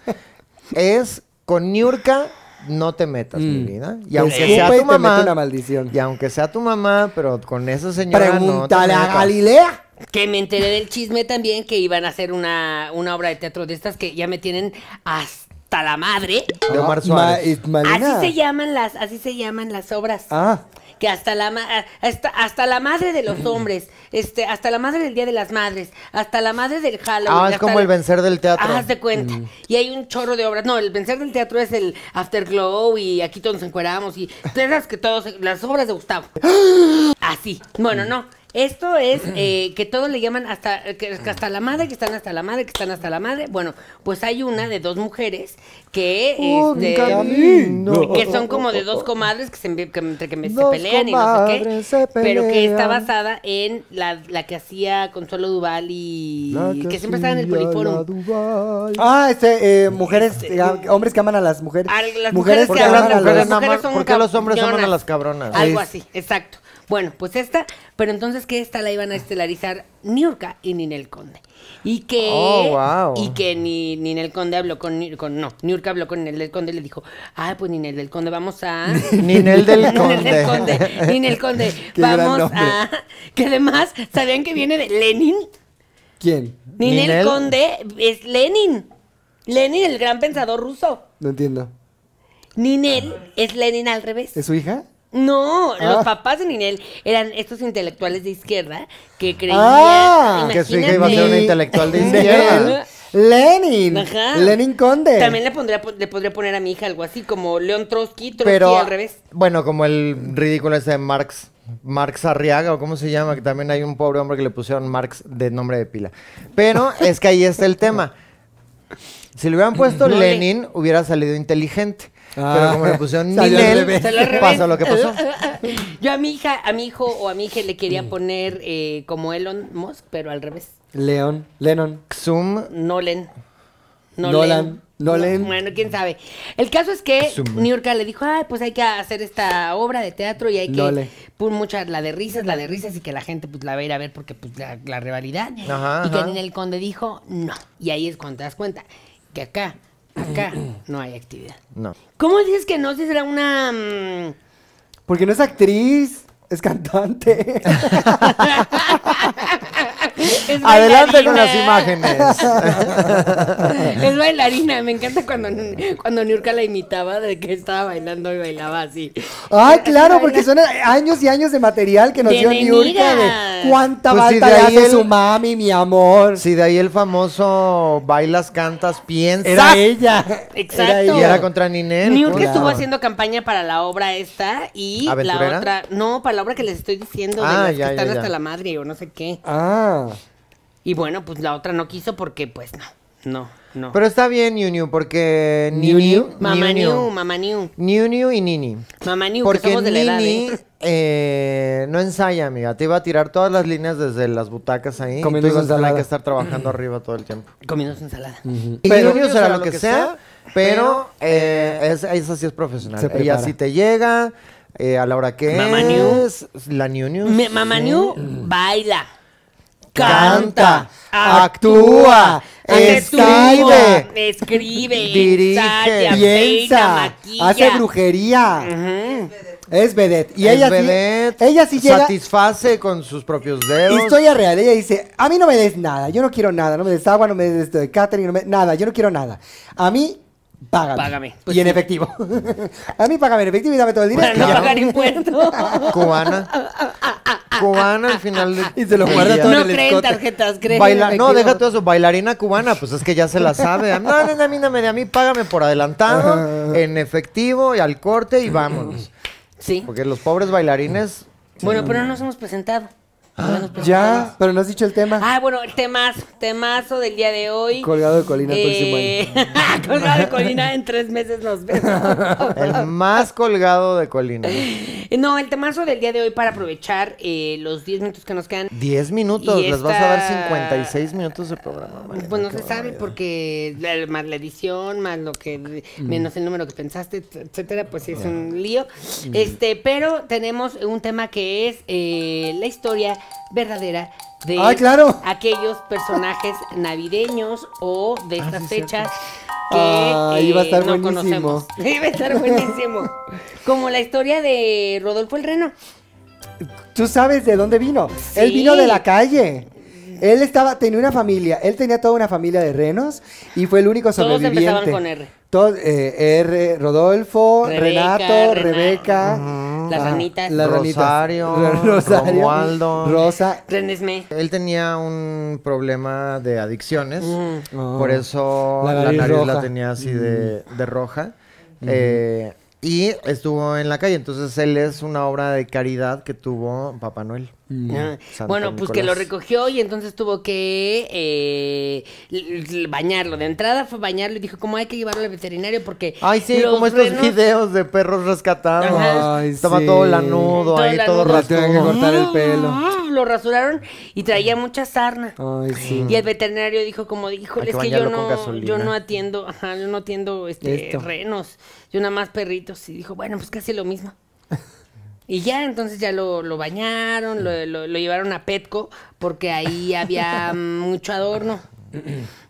[SPEAKER 3] es con Niurka no te metas,
[SPEAKER 2] Mm.
[SPEAKER 3] mi vida. Y
[SPEAKER 2] Te
[SPEAKER 3] aunque
[SPEAKER 2] escupe
[SPEAKER 3] sea
[SPEAKER 2] y
[SPEAKER 3] tu
[SPEAKER 2] Pues te
[SPEAKER 3] mamá,
[SPEAKER 2] mete una maldición.
[SPEAKER 3] y aunque sea tu mamá, pero con esa señora no te
[SPEAKER 2] Pregúntale a
[SPEAKER 3] metas.
[SPEAKER 2] Galilea.
[SPEAKER 1] Que me enteré del chisme también que iban a hacer una, una obra de teatro de estas que ya me tienen hasta hasta la madre.
[SPEAKER 3] De Omar
[SPEAKER 2] Ma-
[SPEAKER 3] Suárez.
[SPEAKER 2] y- Malena.
[SPEAKER 1] Así se llaman las, así se llaman las obras.
[SPEAKER 2] Ah,
[SPEAKER 1] Que hasta la ma- hasta, hasta la madre de
[SPEAKER 3] [CLEARS THROAT]
[SPEAKER 1] los hombres, este, hasta la madre del Día de las Madres, hasta la madre del Halloween.
[SPEAKER 3] Ah, es
[SPEAKER 1] hasta
[SPEAKER 3] como el vencer del teatro.
[SPEAKER 1] Ah, haz de cuenta.
[SPEAKER 2] Mm.
[SPEAKER 1] Y hay un chorro de obras. No, el vencer del teatro es el Afterglow y aquí todos nos encueramos y de esas que todos, las obras de
[SPEAKER 2] [GASPS]
[SPEAKER 1] Gustavo. Así. Bueno, no. Esto
[SPEAKER 2] [CLEARS THROAT]
[SPEAKER 1] es eh, que todos le llaman hasta que, que hasta la madre, que están hasta la madre, que están hasta la madre. Bueno, pues hay una de dos mujeres que, este,
[SPEAKER 2] Oh, camino.
[SPEAKER 1] que son como de dos comadres que, se, envi- que entre que me- se
[SPEAKER 2] Dos
[SPEAKER 1] pelean y no sé qué,
[SPEAKER 2] comadres se
[SPEAKER 1] pero que está
[SPEAKER 2] pelean.
[SPEAKER 1] basada en la, la que hacía Consuelo Duval y que, siempre estaba en el Poliforum.
[SPEAKER 2] ah, este, eh, mujeres, eh, hombres que aman a las mujeres.
[SPEAKER 1] A las mujeres,
[SPEAKER 3] ¿Por
[SPEAKER 1] que
[SPEAKER 3] qué
[SPEAKER 1] aman
[SPEAKER 3] las
[SPEAKER 1] a
[SPEAKER 3] mujeres
[SPEAKER 1] las
[SPEAKER 3] aman-
[SPEAKER 1] son
[SPEAKER 3] por qué los hombres aman a
[SPEAKER 1] cabronas?
[SPEAKER 3] las cabronas?
[SPEAKER 1] Algo
[SPEAKER 2] Es-
[SPEAKER 1] así, exacto. Bueno, pues esta, pero entonces que esta la iban a estelarizar Niurka y Ninel Conde. Y que,
[SPEAKER 3] Oh, wow.
[SPEAKER 1] y que ni Ninel Conde habló con, Ni- con- no, Niurka habló con Ninel del Conde y le dijo, ay, pues Ninel del Conde, vamos a...
[SPEAKER 3] [LAUGHS] Ninel
[SPEAKER 1] [LAUGHS]
[SPEAKER 3] del
[SPEAKER 1] Ninel del
[SPEAKER 3] Conde.
[SPEAKER 1] Conde, Ninel
[SPEAKER 3] [LAUGHS]
[SPEAKER 1] Conde,
[SPEAKER 2] Qué gran
[SPEAKER 1] vamos
[SPEAKER 2] nombre.
[SPEAKER 1] a... [LAUGHS] Que además, ¿sabían que viene de Lenin?
[SPEAKER 2] ¿Quién?
[SPEAKER 1] Ninel,
[SPEAKER 3] Ninel.
[SPEAKER 1] Conde es Lenin. Lenin, el gran pensador ruso.
[SPEAKER 2] No entiendo.
[SPEAKER 1] Ninel es Lenin al revés.
[SPEAKER 2] ¿Es su hija?
[SPEAKER 1] No,
[SPEAKER 2] Ah.
[SPEAKER 1] los papás de Ninel eran estos intelectuales de izquierda que creían
[SPEAKER 2] Ah,
[SPEAKER 3] que su hija iba a
[SPEAKER 1] imagínate.
[SPEAKER 3] ser una
[SPEAKER 2] Ni- [LAUGHS]
[SPEAKER 3] intelectual de
[SPEAKER 2] Ni-
[SPEAKER 3] izquierda.
[SPEAKER 2] Lenin.
[SPEAKER 1] Ajá.
[SPEAKER 2] Lenin Conde.
[SPEAKER 1] También le pondría le podría poner a mi hija algo así como León Trotsky, Trotsky
[SPEAKER 3] Pero,
[SPEAKER 1] al revés.
[SPEAKER 3] bueno, como el ridículo ese de Marx, Marx Arriaga, o cómo se llama, que también hay un pobre hombre que le pusieron Marx de nombre de pila. Pero
[SPEAKER 1] [LAUGHS]
[SPEAKER 3] es que ahí está el tema. Si le hubieran puesto
[SPEAKER 1] No le-
[SPEAKER 3] Lenin, hubiera salido inteligente.
[SPEAKER 2] Ah.
[SPEAKER 3] Pero como le pusieron
[SPEAKER 2] Salió al
[SPEAKER 3] Ninel,
[SPEAKER 2] revés.
[SPEAKER 1] [LAUGHS] Salió al revés.
[SPEAKER 3] pasó lo
[SPEAKER 1] [LAUGHS]
[SPEAKER 3] que pasó.
[SPEAKER 1] Yo a mi hija, a mi hijo o a mi hija le
[SPEAKER 3] Mm.
[SPEAKER 1] quería poner eh, como Elon Musk, pero al revés.
[SPEAKER 2] León. Lennon.
[SPEAKER 3] Zoom.
[SPEAKER 1] Nolan.
[SPEAKER 2] Nolan. Nolan.
[SPEAKER 1] Bueno, quién sabe. El caso es que
[SPEAKER 3] Zoom.
[SPEAKER 1] Niurka le dijo, ay, pues hay que hacer esta obra de teatro y hay que
[SPEAKER 2] Lole.
[SPEAKER 1] pues muchas, la de risas, la de risas y que la gente pues la va a ir a ver porque pues la, la rivalidad.
[SPEAKER 3] Ajá,
[SPEAKER 1] y que
[SPEAKER 3] ajá.
[SPEAKER 1] Ninel Conde dijo, no. Y ahí es cuando te das cuenta que acá, acá no hay actividad.
[SPEAKER 3] No.
[SPEAKER 1] ¿Cómo dices que no? Si será una... mm,
[SPEAKER 2] Porque no es actriz, es cantante.
[SPEAKER 3] [LAUGHS]
[SPEAKER 1] es
[SPEAKER 3] Adelante
[SPEAKER 1] bailarina.
[SPEAKER 3] con las imágenes.
[SPEAKER 1] [LAUGHS] Es bailarina, me encanta cuando, cuando Niurka la imitaba de que estaba bailando y bailaba así.
[SPEAKER 2] Ay, claro, porque son años y años de material que nos
[SPEAKER 1] De
[SPEAKER 2] dio Niurka
[SPEAKER 1] venegas.
[SPEAKER 2] de cuánta
[SPEAKER 3] Pues sí,
[SPEAKER 2] falta
[SPEAKER 3] de
[SPEAKER 2] le
[SPEAKER 3] ahí
[SPEAKER 2] hace
[SPEAKER 3] el-
[SPEAKER 2] su mami, mi amor.
[SPEAKER 3] Si de ahí el famoso bailas, cantas, piensas.
[SPEAKER 2] Era ella.
[SPEAKER 1] Exacto.
[SPEAKER 2] Era
[SPEAKER 3] Y
[SPEAKER 2] ella.
[SPEAKER 3] era contra Ninel.
[SPEAKER 1] Niurka
[SPEAKER 3] Claro.
[SPEAKER 1] estuvo haciendo campaña para la obra esta y la
[SPEAKER 3] ¿Aventurera?
[SPEAKER 1] otra, no, para la obra que les estoy diciendo,
[SPEAKER 3] Ah,
[SPEAKER 1] de las
[SPEAKER 3] ya,
[SPEAKER 1] que están
[SPEAKER 3] ya, ya.
[SPEAKER 1] hasta la madre o no sé qué.
[SPEAKER 2] Ah.
[SPEAKER 1] Y bueno, pues la otra no quiso porque pues no, no, no.
[SPEAKER 3] Pero está bien, New New, porque
[SPEAKER 2] New
[SPEAKER 3] Nini-
[SPEAKER 2] New?
[SPEAKER 1] mamá
[SPEAKER 3] New
[SPEAKER 1] New,
[SPEAKER 3] New.
[SPEAKER 1] mamá New,
[SPEAKER 3] New New y Nini.
[SPEAKER 1] mamá New, que
[SPEAKER 3] Porque
[SPEAKER 1] somos de la edad,
[SPEAKER 3] Nini
[SPEAKER 1] ¿eh?
[SPEAKER 3] eh, no ensaya, amiga. Te iba a tirar todas las líneas desde las butacas ahí. y
[SPEAKER 2] Comiendo
[SPEAKER 3] tú ibas a tener
[SPEAKER 2] ensalada.
[SPEAKER 3] que estar trabajando arriba todo el tiempo.
[SPEAKER 1] Comiendo su ensalada.
[SPEAKER 3] Y New New será lo que sea, pero eh, es- esa sí es profesional.
[SPEAKER 2] Se
[SPEAKER 3] Ella
[SPEAKER 2] prepara.
[SPEAKER 3] sí te llega eh, a la hora que
[SPEAKER 1] Mamá
[SPEAKER 3] es. La New New.
[SPEAKER 1] Me- mamá New baila.
[SPEAKER 3] Canta,
[SPEAKER 2] actúa,
[SPEAKER 1] hace
[SPEAKER 2] escribe,
[SPEAKER 1] tubo, escribe,
[SPEAKER 3] dirige,
[SPEAKER 1] ensaya, peina,
[SPEAKER 2] Piensa,
[SPEAKER 1] maquilla.
[SPEAKER 2] hace brujería. Es vedette. Y
[SPEAKER 3] Es
[SPEAKER 2] ella,
[SPEAKER 3] vedette,
[SPEAKER 2] sí, ella sí llega.
[SPEAKER 3] Satisface con sus propios dedos.
[SPEAKER 2] Historia real, ella dice, a mí no me des nada, yo no quiero nada, no me des agua, no me des este, catering, no me- nada, yo no quiero nada. A mí, págame.
[SPEAKER 1] Págame, pues
[SPEAKER 2] y en
[SPEAKER 1] sí.
[SPEAKER 2] efectivo. [LAUGHS] a mí págame en efectivo y dame todo el dinero.
[SPEAKER 1] Para no
[SPEAKER 2] Y ya.
[SPEAKER 1] pagar impuestos.
[SPEAKER 2] [LAUGHS]
[SPEAKER 3] Cubana. Cubana al final de-
[SPEAKER 2] Y se lo
[SPEAKER 3] del
[SPEAKER 2] guarda
[SPEAKER 3] día.
[SPEAKER 2] todo.
[SPEAKER 1] No
[SPEAKER 2] en el
[SPEAKER 1] creen
[SPEAKER 2] escote.
[SPEAKER 1] tarjetas, creen.
[SPEAKER 3] Baila-
[SPEAKER 1] en
[SPEAKER 3] no,
[SPEAKER 1] efectivo.
[SPEAKER 3] deja todo eso. Bailarina cubana, pues es que ya
[SPEAKER 1] [LAUGHS]
[SPEAKER 3] se la sabe. No, no, no, a mí no me de a mí, págame por adelantado,
[SPEAKER 2] Ajá.
[SPEAKER 3] en efectivo y al corte y vámonos.
[SPEAKER 1] Sí.
[SPEAKER 3] Porque los
[SPEAKER 1] [LAUGHS]
[SPEAKER 3] pobres bailarines.
[SPEAKER 1] Bueno, pero no nos hemos presentado. No nos presentamos.
[SPEAKER 2] Ah, Ya, pero no has dicho el tema.
[SPEAKER 1] Ah, bueno, temazo, temazo del día de hoy.
[SPEAKER 2] Colgado de colina el
[SPEAKER 1] próximo año. [LAUGHS] Colgado de colina en tres meses nos vemos.
[SPEAKER 2] [LAUGHS]
[SPEAKER 3] El más colgado de Colina.
[SPEAKER 1] No, el temazo del día de hoy para aprovechar eh, los 10 minutos que nos quedan.
[SPEAKER 3] 10 minutos,
[SPEAKER 1] Y
[SPEAKER 3] les vas a
[SPEAKER 1] esta-
[SPEAKER 3] dar 56 minutos de programa. Mariana,
[SPEAKER 1] Pues no
[SPEAKER 3] qué
[SPEAKER 1] se sabe
[SPEAKER 3] barbaridad.
[SPEAKER 1] porque la- más la edición, más lo que
[SPEAKER 2] Mm.
[SPEAKER 1] menos el número que pensaste, et- etcétera, pues sí es un lío.
[SPEAKER 2] Mm.
[SPEAKER 1] Este, pero tenemos un tema que es eh, la historia verdadera de
[SPEAKER 2] Ah, claro.
[SPEAKER 1] aquellos personajes navideños o de estas fechas que
[SPEAKER 2] Ah, iba a
[SPEAKER 1] eh,
[SPEAKER 2] estar
[SPEAKER 1] no
[SPEAKER 2] buenísimo.
[SPEAKER 1] conocemos. [LAUGHS] Iba a estar buenísimo. Como la historia de Rodolfo el Reno.
[SPEAKER 2] Tú sabes de dónde vino. Él
[SPEAKER 1] Sí.
[SPEAKER 2] vino de la calle. Él estaba, tenía una familia, él tenía toda una familia de renos y fue el único
[SPEAKER 1] Todos
[SPEAKER 2] sobreviviente.
[SPEAKER 1] empezaban con R.
[SPEAKER 2] Todos, eh, R, Rodolfo,
[SPEAKER 1] Rebeca,
[SPEAKER 2] Renato,
[SPEAKER 1] Renato.
[SPEAKER 2] Rebeca.
[SPEAKER 1] Ujú. Las
[SPEAKER 2] ah,
[SPEAKER 1] ranitas.
[SPEAKER 2] las ranitas. [LAUGHS]
[SPEAKER 3] Rosario,
[SPEAKER 2] Ro- Rosario,
[SPEAKER 3] Romualdo.
[SPEAKER 2] Rosa.
[SPEAKER 1] Renesme.
[SPEAKER 3] Él tenía un problema de adicciones,
[SPEAKER 2] Ah.
[SPEAKER 3] por eso
[SPEAKER 2] La
[SPEAKER 3] la
[SPEAKER 2] nariz
[SPEAKER 3] nariz,
[SPEAKER 2] roja. Mm.
[SPEAKER 3] la tenía así de, de roja. Eh, y estuvo en la calle, entonces él es una obra de caridad que tuvo Papá Noel.
[SPEAKER 2] Mm.
[SPEAKER 1] Ah,
[SPEAKER 3] Santo
[SPEAKER 1] Bueno, pues que lo
[SPEAKER 3] Nicolás.
[SPEAKER 1] recogió y entonces tuvo que eh, l- l- bañarlo. De entrada fue bañarlo y dijo, como hay que llevarlo al veterinario porque...
[SPEAKER 3] Ay, sí,
[SPEAKER 1] los
[SPEAKER 3] como estos
[SPEAKER 1] renos-
[SPEAKER 3] videos de perros rescatados.
[SPEAKER 1] Ajá.
[SPEAKER 2] Ay,
[SPEAKER 3] Estaba
[SPEAKER 2] sí.
[SPEAKER 3] todo lanudo,
[SPEAKER 1] Todo
[SPEAKER 3] ahí todo
[SPEAKER 1] lanudo.
[SPEAKER 2] Le tengo que
[SPEAKER 3] rascado.
[SPEAKER 2] cortar el pelo.
[SPEAKER 1] Ah, Lo rasuraron y traía mucha sarna.
[SPEAKER 2] Ay, sí.
[SPEAKER 1] Y el veterinario dijo como, híjole,
[SPEAKER 3] Mm. Hay que
[SPEAKER 1] es que yo
[SPEAKER 3] bañarlo con
[SPEAKER 1] no,
[SPEAKER 3] gasolina".
[SPEAKER 1] yo no atiendo, ajá, yo no atiendo este,
[SPEAKER 2] Esto.
[SPEAKER 1] renos, yo nada más perritos. Y dijo, bueno, pues casi lo
[SPEAKER 3] [LAUGHS]
[SPEAKER 1] mismo. Y ya, entonces ya lo, lo bañaron, lo, lo- lo llevaron a Petco, porque ahí
[SPEAKER 3] [LAUGHS]
[SPEAKER 1] había mucho adorno.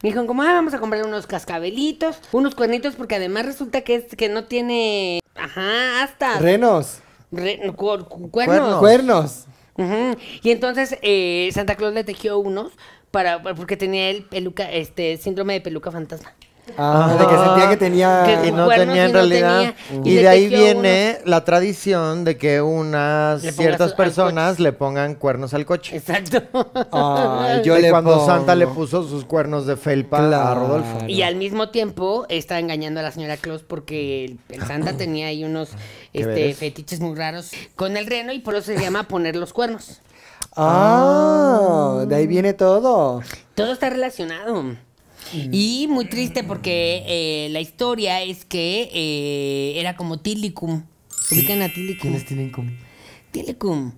[SPEAKER 1] Dijo, como, ah, vamos a comprar unos cascabelitos, unos cuernitos, porque además resulta que, es, que no tiene, ajá, hasta
[SPEAKER 2] Renos.
[SPEAKER 1] cuernos.
[SPEAKER 2] Cuernos.
[SPEAKER 1] Ujú. Y entonces eh, Santa Claus le tejió unos para porque tenía el peluca, este síndrome de peluca fantasma.
[SPEAKER 2] Ah, de que sentía que
[SPEAKER 1] Que- [LAUGHS]
[SPEAKER 3] Y
[SPEAKER 2] tenía.
[SPEAKER 3] no
[SPEAKER 1] cuernos
[SPEAKER 3] tenía
[SPEAKER 1] y
[SPEAKER 3] en
[SPEAKER 1] no
[SPEAKER 3] realidad.
[SPEAKER 1] tenía. Y
[SPEAKER 3] Y
[SPEAKER 1] le
[SPEAKER 3] de ahí
[SPEAKER 1] tejió
[SPEAKER 3] viene la tradición de que unas
[SPEAKER 1] Le pongas
[SPEAKER 3] ciertas
[SPEAKER 1] al
[SPEAKER 3] personas le pongan cuernos al coche.
[SPEAKER 1] Exacto.
[SPEAKER 2] Ah, Ay, yo
[SPEAKER 3] De
[SPEAKER 2] le
[SPEAKER 3] cuando
[SPEAKER 2] pongo.
[SPEAKER 3] Santa le puso sus cuernos de felpa a
[SPEAKER 2] Claro.
[SPEAKER 3] Rodolfo.
[SPEAKER 1] [LAUGHS] Y al mismo tiempo está engañando a la señora Claus porque el, el Santa tenía ahí unos este,
[SPEAKER 3] veres.
[SPEAKER 1] fetiches muy raros con el reno y por eso se llama poner los cuernos.
[SPEAKER 2] Ah, de ahí viene todo.
[SPEAKER 1] Todo está relacionado. Y muy triste porque eh, la historia es que eh, era como Tilicum. ¿Ubican a Tilicum?
[SPEAKER 2] Tilicum?
[SPEAKER 1] Tilicum.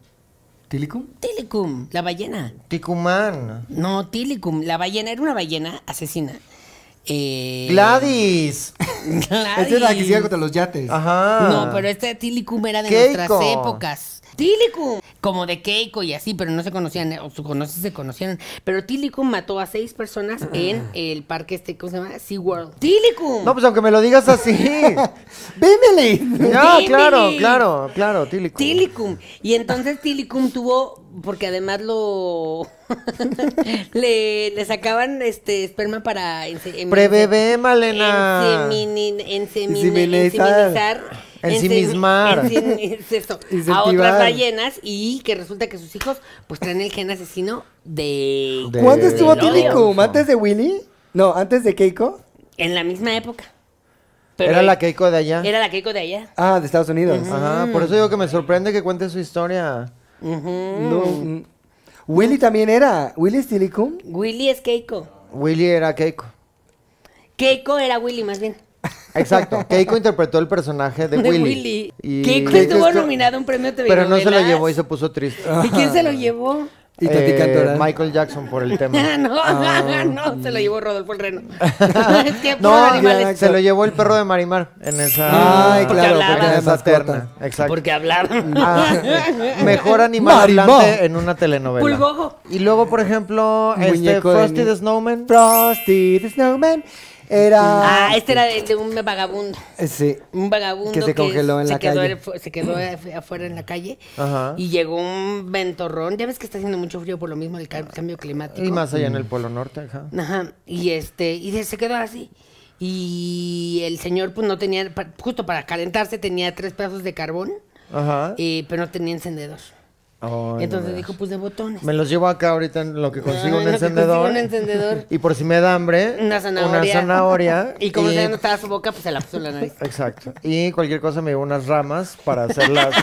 [SPEAKER 2] ¿Tilicum?
[SPEAKER 1] Tilicum, la ballena.
[SPEAKER 3] Ticumán.
[SPEAKER 1] No, Tilicum, la ballena, era una ballena asesina. Eh, [LAUGHS]
[SPEAKER 3] Gladys.
[SPEAKER 1] Gladys.
[SPEAKER 2] Esta es Este la que sigue contra los yates.
[SPEAKER 3] Ajá.
[SPEAKER 1] No, pero este Tilicum era de nuestras
[SPEAKER 3] Keiko.
[SPEAKER 1] épocas. Tilicum, como de Keiko y así, pero no se conocían, o su conoce, se conocieron. Pero Tilicum mató a seis personas
[SPEAKER 2] [CLEARS THROAT]
[SPEAKER 1] en el parque este, ¿cómo se llama? SeaWorld. Tilicum.
[SPEAKER 3] No, pues aunque me lo digas así.
[SPEAKER 2] ¡Bímele!
[SPEAKER 3] ya,
[SPEAKER 1] Dímele.
[SPEAKER 3] claro, claro, claro, Tílico.
[SPEAKER 1] Tilicum. Y entonces Tilicum tuvo, porque además lo [LAUGHS] le, le sacaban este esperma para ense- em-
[SPEAKER 3] Prebebé, Malena.
[SPEAKER 1] enseminin- ensemin-
[SPEAKER 2] Inseminizar.
[SPEAKER 1] enseminizar,
[SPEAKER 3] Ensimismar.
[SPEAKER 1] ensen- ensin- eso, a
[SPEAKER 2] Incentivar.
[SPEAKER 1] otras ballenas y que resulta que sus hijos pues traen el gen asesino de,
[SPEAKER 3] De-
[SPEAKER 2] ¿Cuándo estuvo
[SPEAKER 1] del odio,
[SPEAKER 2] Tilicum? ¿Antes de Willy? No, ¿antes de Keiko?
[SPEAKER 1] en la misma época. Pero
[SPEAKER 3] Era la
[SPEAKER 1] él-
[SPEAKER 3] Keiko de allá.
[SPEAKER 1] era la Keiko de allá.
[SPEAKER 2] Ah, de Estados Unidos.
[SPEAKER 3] Ajá, por eso digo que me sorprende que cuente su historia.
[SPEAKER 2] No, mm. Willy también era. ¿Willy es Tilicum?
[SPEAKER 1] Willy es Keiko.
[SPEAKER 3] Willy era Keiko.
[SPEAKER 1] Keiko era Willy más bien.
[SPEAKER 3] Exacto. Keiko interpretó el personaje
[SPEAKER 1] [LAUGHS]
[SPEAKER 3] de,
[SPEAKER 1] de Willy.
[SPEAKER 3] Y
[SPEAKER 1] Keiko estuvo nominado a un premio TV.
[SPEAKER 3] Pero no se lo llevó y se puso triste.
[SPEAKER 1] ¿Y quién se lo llevó?
[SPEAKER 2] Ah, Y
[SPEAKER 3] Eh,
[SPEAKER 2] Tati Cantoral.
[SPEAKER 3] Michael Jackson
[SPEAKER 1] [LAUGHS]
[SPEAKER 3] por el
[SPEAKER 1] Ah,
[SPEAKER 3] tema.
[SPEAKER 1] no, no, se lo llevó Rodolfo el Reno. es que
[SPEAKER 3] No,
[SPEAKER 1] no, animales.
[SPEAKER 3] se lo llevó el perro de Marimar en esa,
[SPEAKER 2] Ay,
[SPEAKER 1] porque
[SPEAKER 2] claro,
[SPEAKER 1] hablaba.
[SPEAKER 2] porque
[SPEAKER 3] en
[SPEAKER 2] era
[SPEAKER 3] esa
[SPEAKER 2] mascota.
[SPEAKER 3] terna. Exacto.
[SPEAKER 1] Porque hablaban.
[SPEAKER 3] Ah,
[SPEAKER 2] [LAUGHS]
[SPEAKER 3] mejor animal
[SPEAKER 2] Marimar.
[SPEAKER 3] hablante en una telenovela.
[SPEAKER 1] Pulgojo.
[SPEAKER 3] Y luego, por ejemplo, [LAUGHS] este
[SPEAKER 2] [LAUGHS] Muñeco de
[SPEAKER 3] Frosty
[SPEAKER 2] nieve.
[SPEAKER 3] the Snowman.
[SPEAKER 2] Frosty the Snowman era.
[SPEAKER 1] [LAUGHS] Ah, este era de, de un vagabundo.
[SPEAKER 2] Eh, Sí.
[SPEAKER 1] Un vagabundo
[SPEAKER 2] Que se congeló en
[SPEAKER 1] se
[SPEAKER 2] la
[SPEAKER 1] quedó,
[SPEAKER 2] calle.
[SPEAKER 1] afu- Se quedó afu- afuera en la calle
[SPEAKER 3] Ajá.
[SPEAKER 1] y llegó un ventorrón. Ya ves que está haciendo mucho frío por lo mismo el ca- cambio climático.
[SPEAKER 3] Y más allá en el Polo Norte, ajá.
[SPEAKER 1] Ajá, y este, y de- se quedó así. Y el señor, pues no tenía, pa- justo para calentarse, tenía tres pedazos de carbón,
[SPEAKER 3] Ajá.
[SPEAKER 1] eh, pero no tenía encendedor.
[SPEAKER 3] Ah. Ay, no
[SPEAKER 1] Entonces
[SPEAKER 3] veas.
[SPEAKER 1] dijo, pues de botones.
[SPEAKER 3] Me los llevo acá ahorita en lo que consigo
[SPEAKER 1] Ay,
[SPEAKER 3] un
[SPEAKER 1] lo que consigo
[SPEAKER 3] encendedor.
[SPEAKER 1] un encendedor.
[SPEAKER 3] Y por si me da hambre,
[SPEAKER 1] Una zanahoria.
[SPEAKER 3] una zanahoria,
[SPEAKER 1] [LAUGHS] y como ya no estaba su boca, pues se la puso en la
[SPEAKER 3] [LAUGHS]
[SPEAKER 1] nariz.
[SPEAKER 3] Exacto. Y cualquier cosa me llevo unas ramas para hacer las-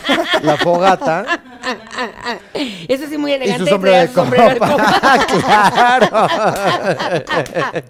[SPEAKER 3] la [LAUGHS] fogata.
[SPEAKER 1] Eso sí, muy
[SPEAKER 3] ¿Ah? y
[SPEAKER 1] elegante.
[SPEAKER 3] su sombrero
[SPEAKER 1] traía
[SPEAKER 3] de
[SPEAKER 1] su sombrero de
[SPEAKER 3] copa.
[SPEAKER 1] copa.
[SPEAKER 3] [LAUGHS] claro.
[SPEAKER 1] [LAUGHS]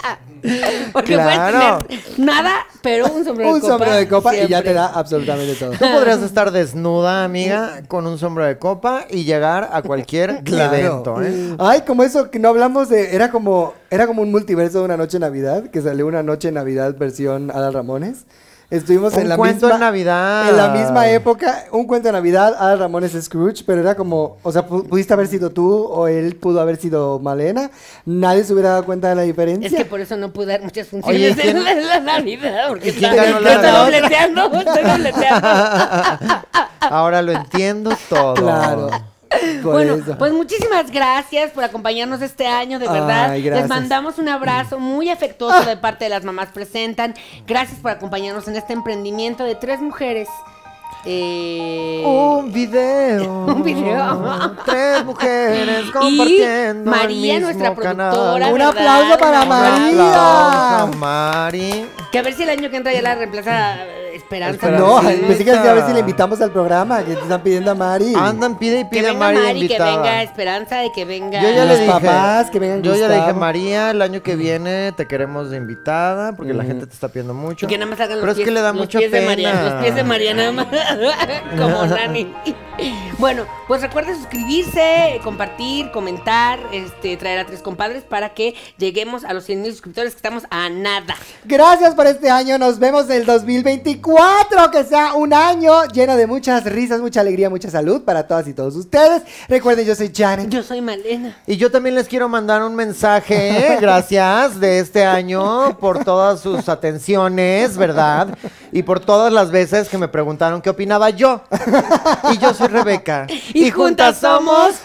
[SPEAKER 1] Porque
[SPEAKER 3] Claro.
[SPEAKER 1] puedes tener nada, pero un sombrero
[SPEAKER 2] Un
[SPEAKER 1] de copa.
[SPEAKER 2] sombrero de copa y ya
[SPEAKER 1] siempre.
[SPEAKER 2] te da absolutamente
[SPEAKER 3] [LAUGHS]
[SPEAKER 2] todo.
[SPEAKER 3] Tú podrías estar desnuda, amiga, con un sombrero de copa y llegar
[SPEAKER 1] [LAUGHS]
[SPEAKER 3] a cualquier evento, ¿eh?
[SPEAKER 2] Mm. Ay, como eso que no hablamos de. Era como, era como un multiverso de una noche en Navidad, que salió una noche en Navidad versión Adal Ramones. Estuvimos
[SPEAKER 3] Un
[SPEAKER 2] en la
[SPEAKER 3] cuento
[SPEAKER 2] misma.
[SPEAKER 3] en Navidad.
[SPEAKER 2] En la misma época, un cuento de Navidad, Adal Ramones Scrooge, pero era como, o sea, pu- pudiste haber sido tú o él pudo haber sido Malena. Nadie se hubiera dado cuenta de la diferencia.
[SPEAKER 1] Es que por eso no pude dar muchas funciones
[SPEAKER 3] Oye, ¿y quién-
[SPEAKER 1] en la- en la Navidad. Porque
[SPEAKER 3] ¿Y quién
[SPEAKER 1] estaba-
[SPEAKER 3] ganó la-
[SPEAKER 1] estoy
[SPEAKER 3] la otra?
[SPEAKER 1] dobleteando, estoy dobleteando.
[SPEAKER 3] Ahora lo entiendo todo.
[SPEAKER 2] Claro. Por
[SPEAKER 1] bueno,
[SPEAKER 2] eso.
[SPEAKER 1] pues muchísimas gracias por acompañarnos este año, de
[SPEAKER 2] Ay,
[SPEAKER 1] verdad. Les
[SPEAKER 2] gracias.
[SPEAKER 1] mandamos un abrazo muy afectuoso de parte de las mamás presentan. Gracias por acompañarnos en este emprendimiento de tres mujeres. Eh,
[SPEAKER 3] Un video.
[SPEAKER 1] [LAUGHS] Un video.
[SPEAKER 3] Tres mujeres
[SPEAKER 1] y
[SPEAKER 3] compartiendo. el
[SPEAKER 1] María,
[SPEAKER 3] mismo
[SPEAKER 1] nuestra
[SPEAKER 3] canal.
[SPEAKER 1] productora.
[SPEAKER 2] Un
[SPEAKER 1] ¿verdad?
[SPEAKER 2] aplauso para
[SPEAKER 1] Un
[SPEAKER 3] Un
[SPEAKER 2] María.
[SPEAKER 3] aplauso a Mari.
[SPEAKER 1] Que a ver si el año que entra ya la reemplaza eh, Esperanza.
[SPEAKER 3] Esperanza.
[SPEAKER 2] No,
[SPEAKER 3] Francisca.
[SPEAKER 2] me sigue a ver si le invitamos al programa, que te están pidiendo a Mari.
[SPEAKER 3] Andan, pide y
[SPEAKER 1] Que
[SPEAKER 3] pide a
[SPEAKER 1] venga
[SPEAKER 3] Mari, de
[SPEAKER 1] Mari, que
[SPEAKER 3] invitada.
[SPEAKER 1] venga Esperanza y que venga.
[SPEAKER 3] Yo ya
[SPEAKER 2] Y
[SPEAKER 3] le
[SPEAKER 2] los
[SPEAKER 3] dije,
[SPEAKER 2] papás, que vengan
[SPEAKER 3] Yo ya le dije,
[SPEAKER 2] Gustavo.
[SPEAKER 3] María, el año que viene te queremos de invitada porque la gente te está pidiendo mucho.
[SPEAKER 1] Y que nada más hagan los
[SPEAKER 3] Pero
[SPEAKER 1] pies,
[SPEAKER 3] es que le da
[SPEAKER 1] los
[SPEAKER 3] mucha
[SPEAKER 1] pies
[SPEAKER 3] pena.
[SPEAKER 1] de María, los pies de María nada más, [LAUGHS]
[SPEAKER 3] [LAUGHS]
[SPEAKER 1] como Rani. Bueno, pues recuerden suscribirse, compartir, comentar, este, traer a tres compadres para que lleguemos a los 100 mil suscriptores que estamos a nada.
[SPEAKER 2] Gracias por este año, nos vemos el 2024, que sea un año lleno de muchas risas, mucha alegría, mucha salud para todas y todos ustedes. Recuerden, yo soy Janet.
[SPEAKER 1] Yo soy Malena.
[SPEAKER 3] Y yo también les quiero mandar un mensaje, eh, gracias, de este año por todas sus atenciones, ¿verdad? Y por todas las veces que me preguntaron qué opinaba yo. Y yo soy Rebeca.
[SPEAKER 1] Y juntas somos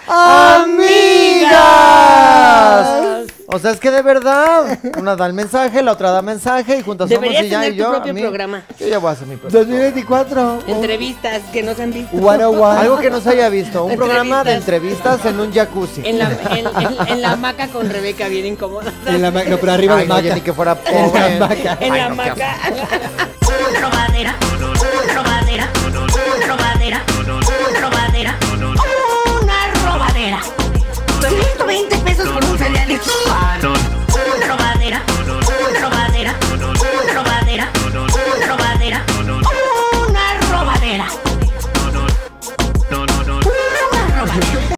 [SPEAKER 1] amigas.
[SPEAKER 3] O sea, es que de verdad, una da el mensaje, la otra da mensaje y juntas
[SPEAKER 1] Deberías
[SPEAKER 3] somos y ya
[SPEAKER 1] tener
[SPEAKER 3] y
[SPEAKER 1] tu
[SPEAKER 3] yo.
[SPEAKER 1] propio
[SPEAKER 3] a mí-
[SPEAKER 1] programa.
[SPEAKER 3] Yo ya voy a hacer mi propio.
[SPEAKER 2] 2024.
[SPEAKER 1] Entrevistas que no se han visto.
[SPEAKER 2] 101.
[SPEAKER 3] Algo que no se haya visto, un programa de entrevistas en un jacuzzi.
[SPEAKER 1] En la, en, en- en la hamaca con Rebeca, bien incómoda.
[SPEAKER 2] En la ma- no, pero arriba
[SPEAKER 3] Ay,
[SPEAKER 2] de
[SPEAKER 3] no, yo
[SPEAKER 2] Maca.
[SPEAKER 3] ni que fuera
[SPEAKER 2] [LAUGHS] En la
[SPEAKER 3] pobre.
[SPEAKER 2] hamaca.
[SPEAKER 1] En la hamaca.
[SPEAKER 5] Robadera, robadera, robadera, robadera, una robadera. 120 pesos por un cereal de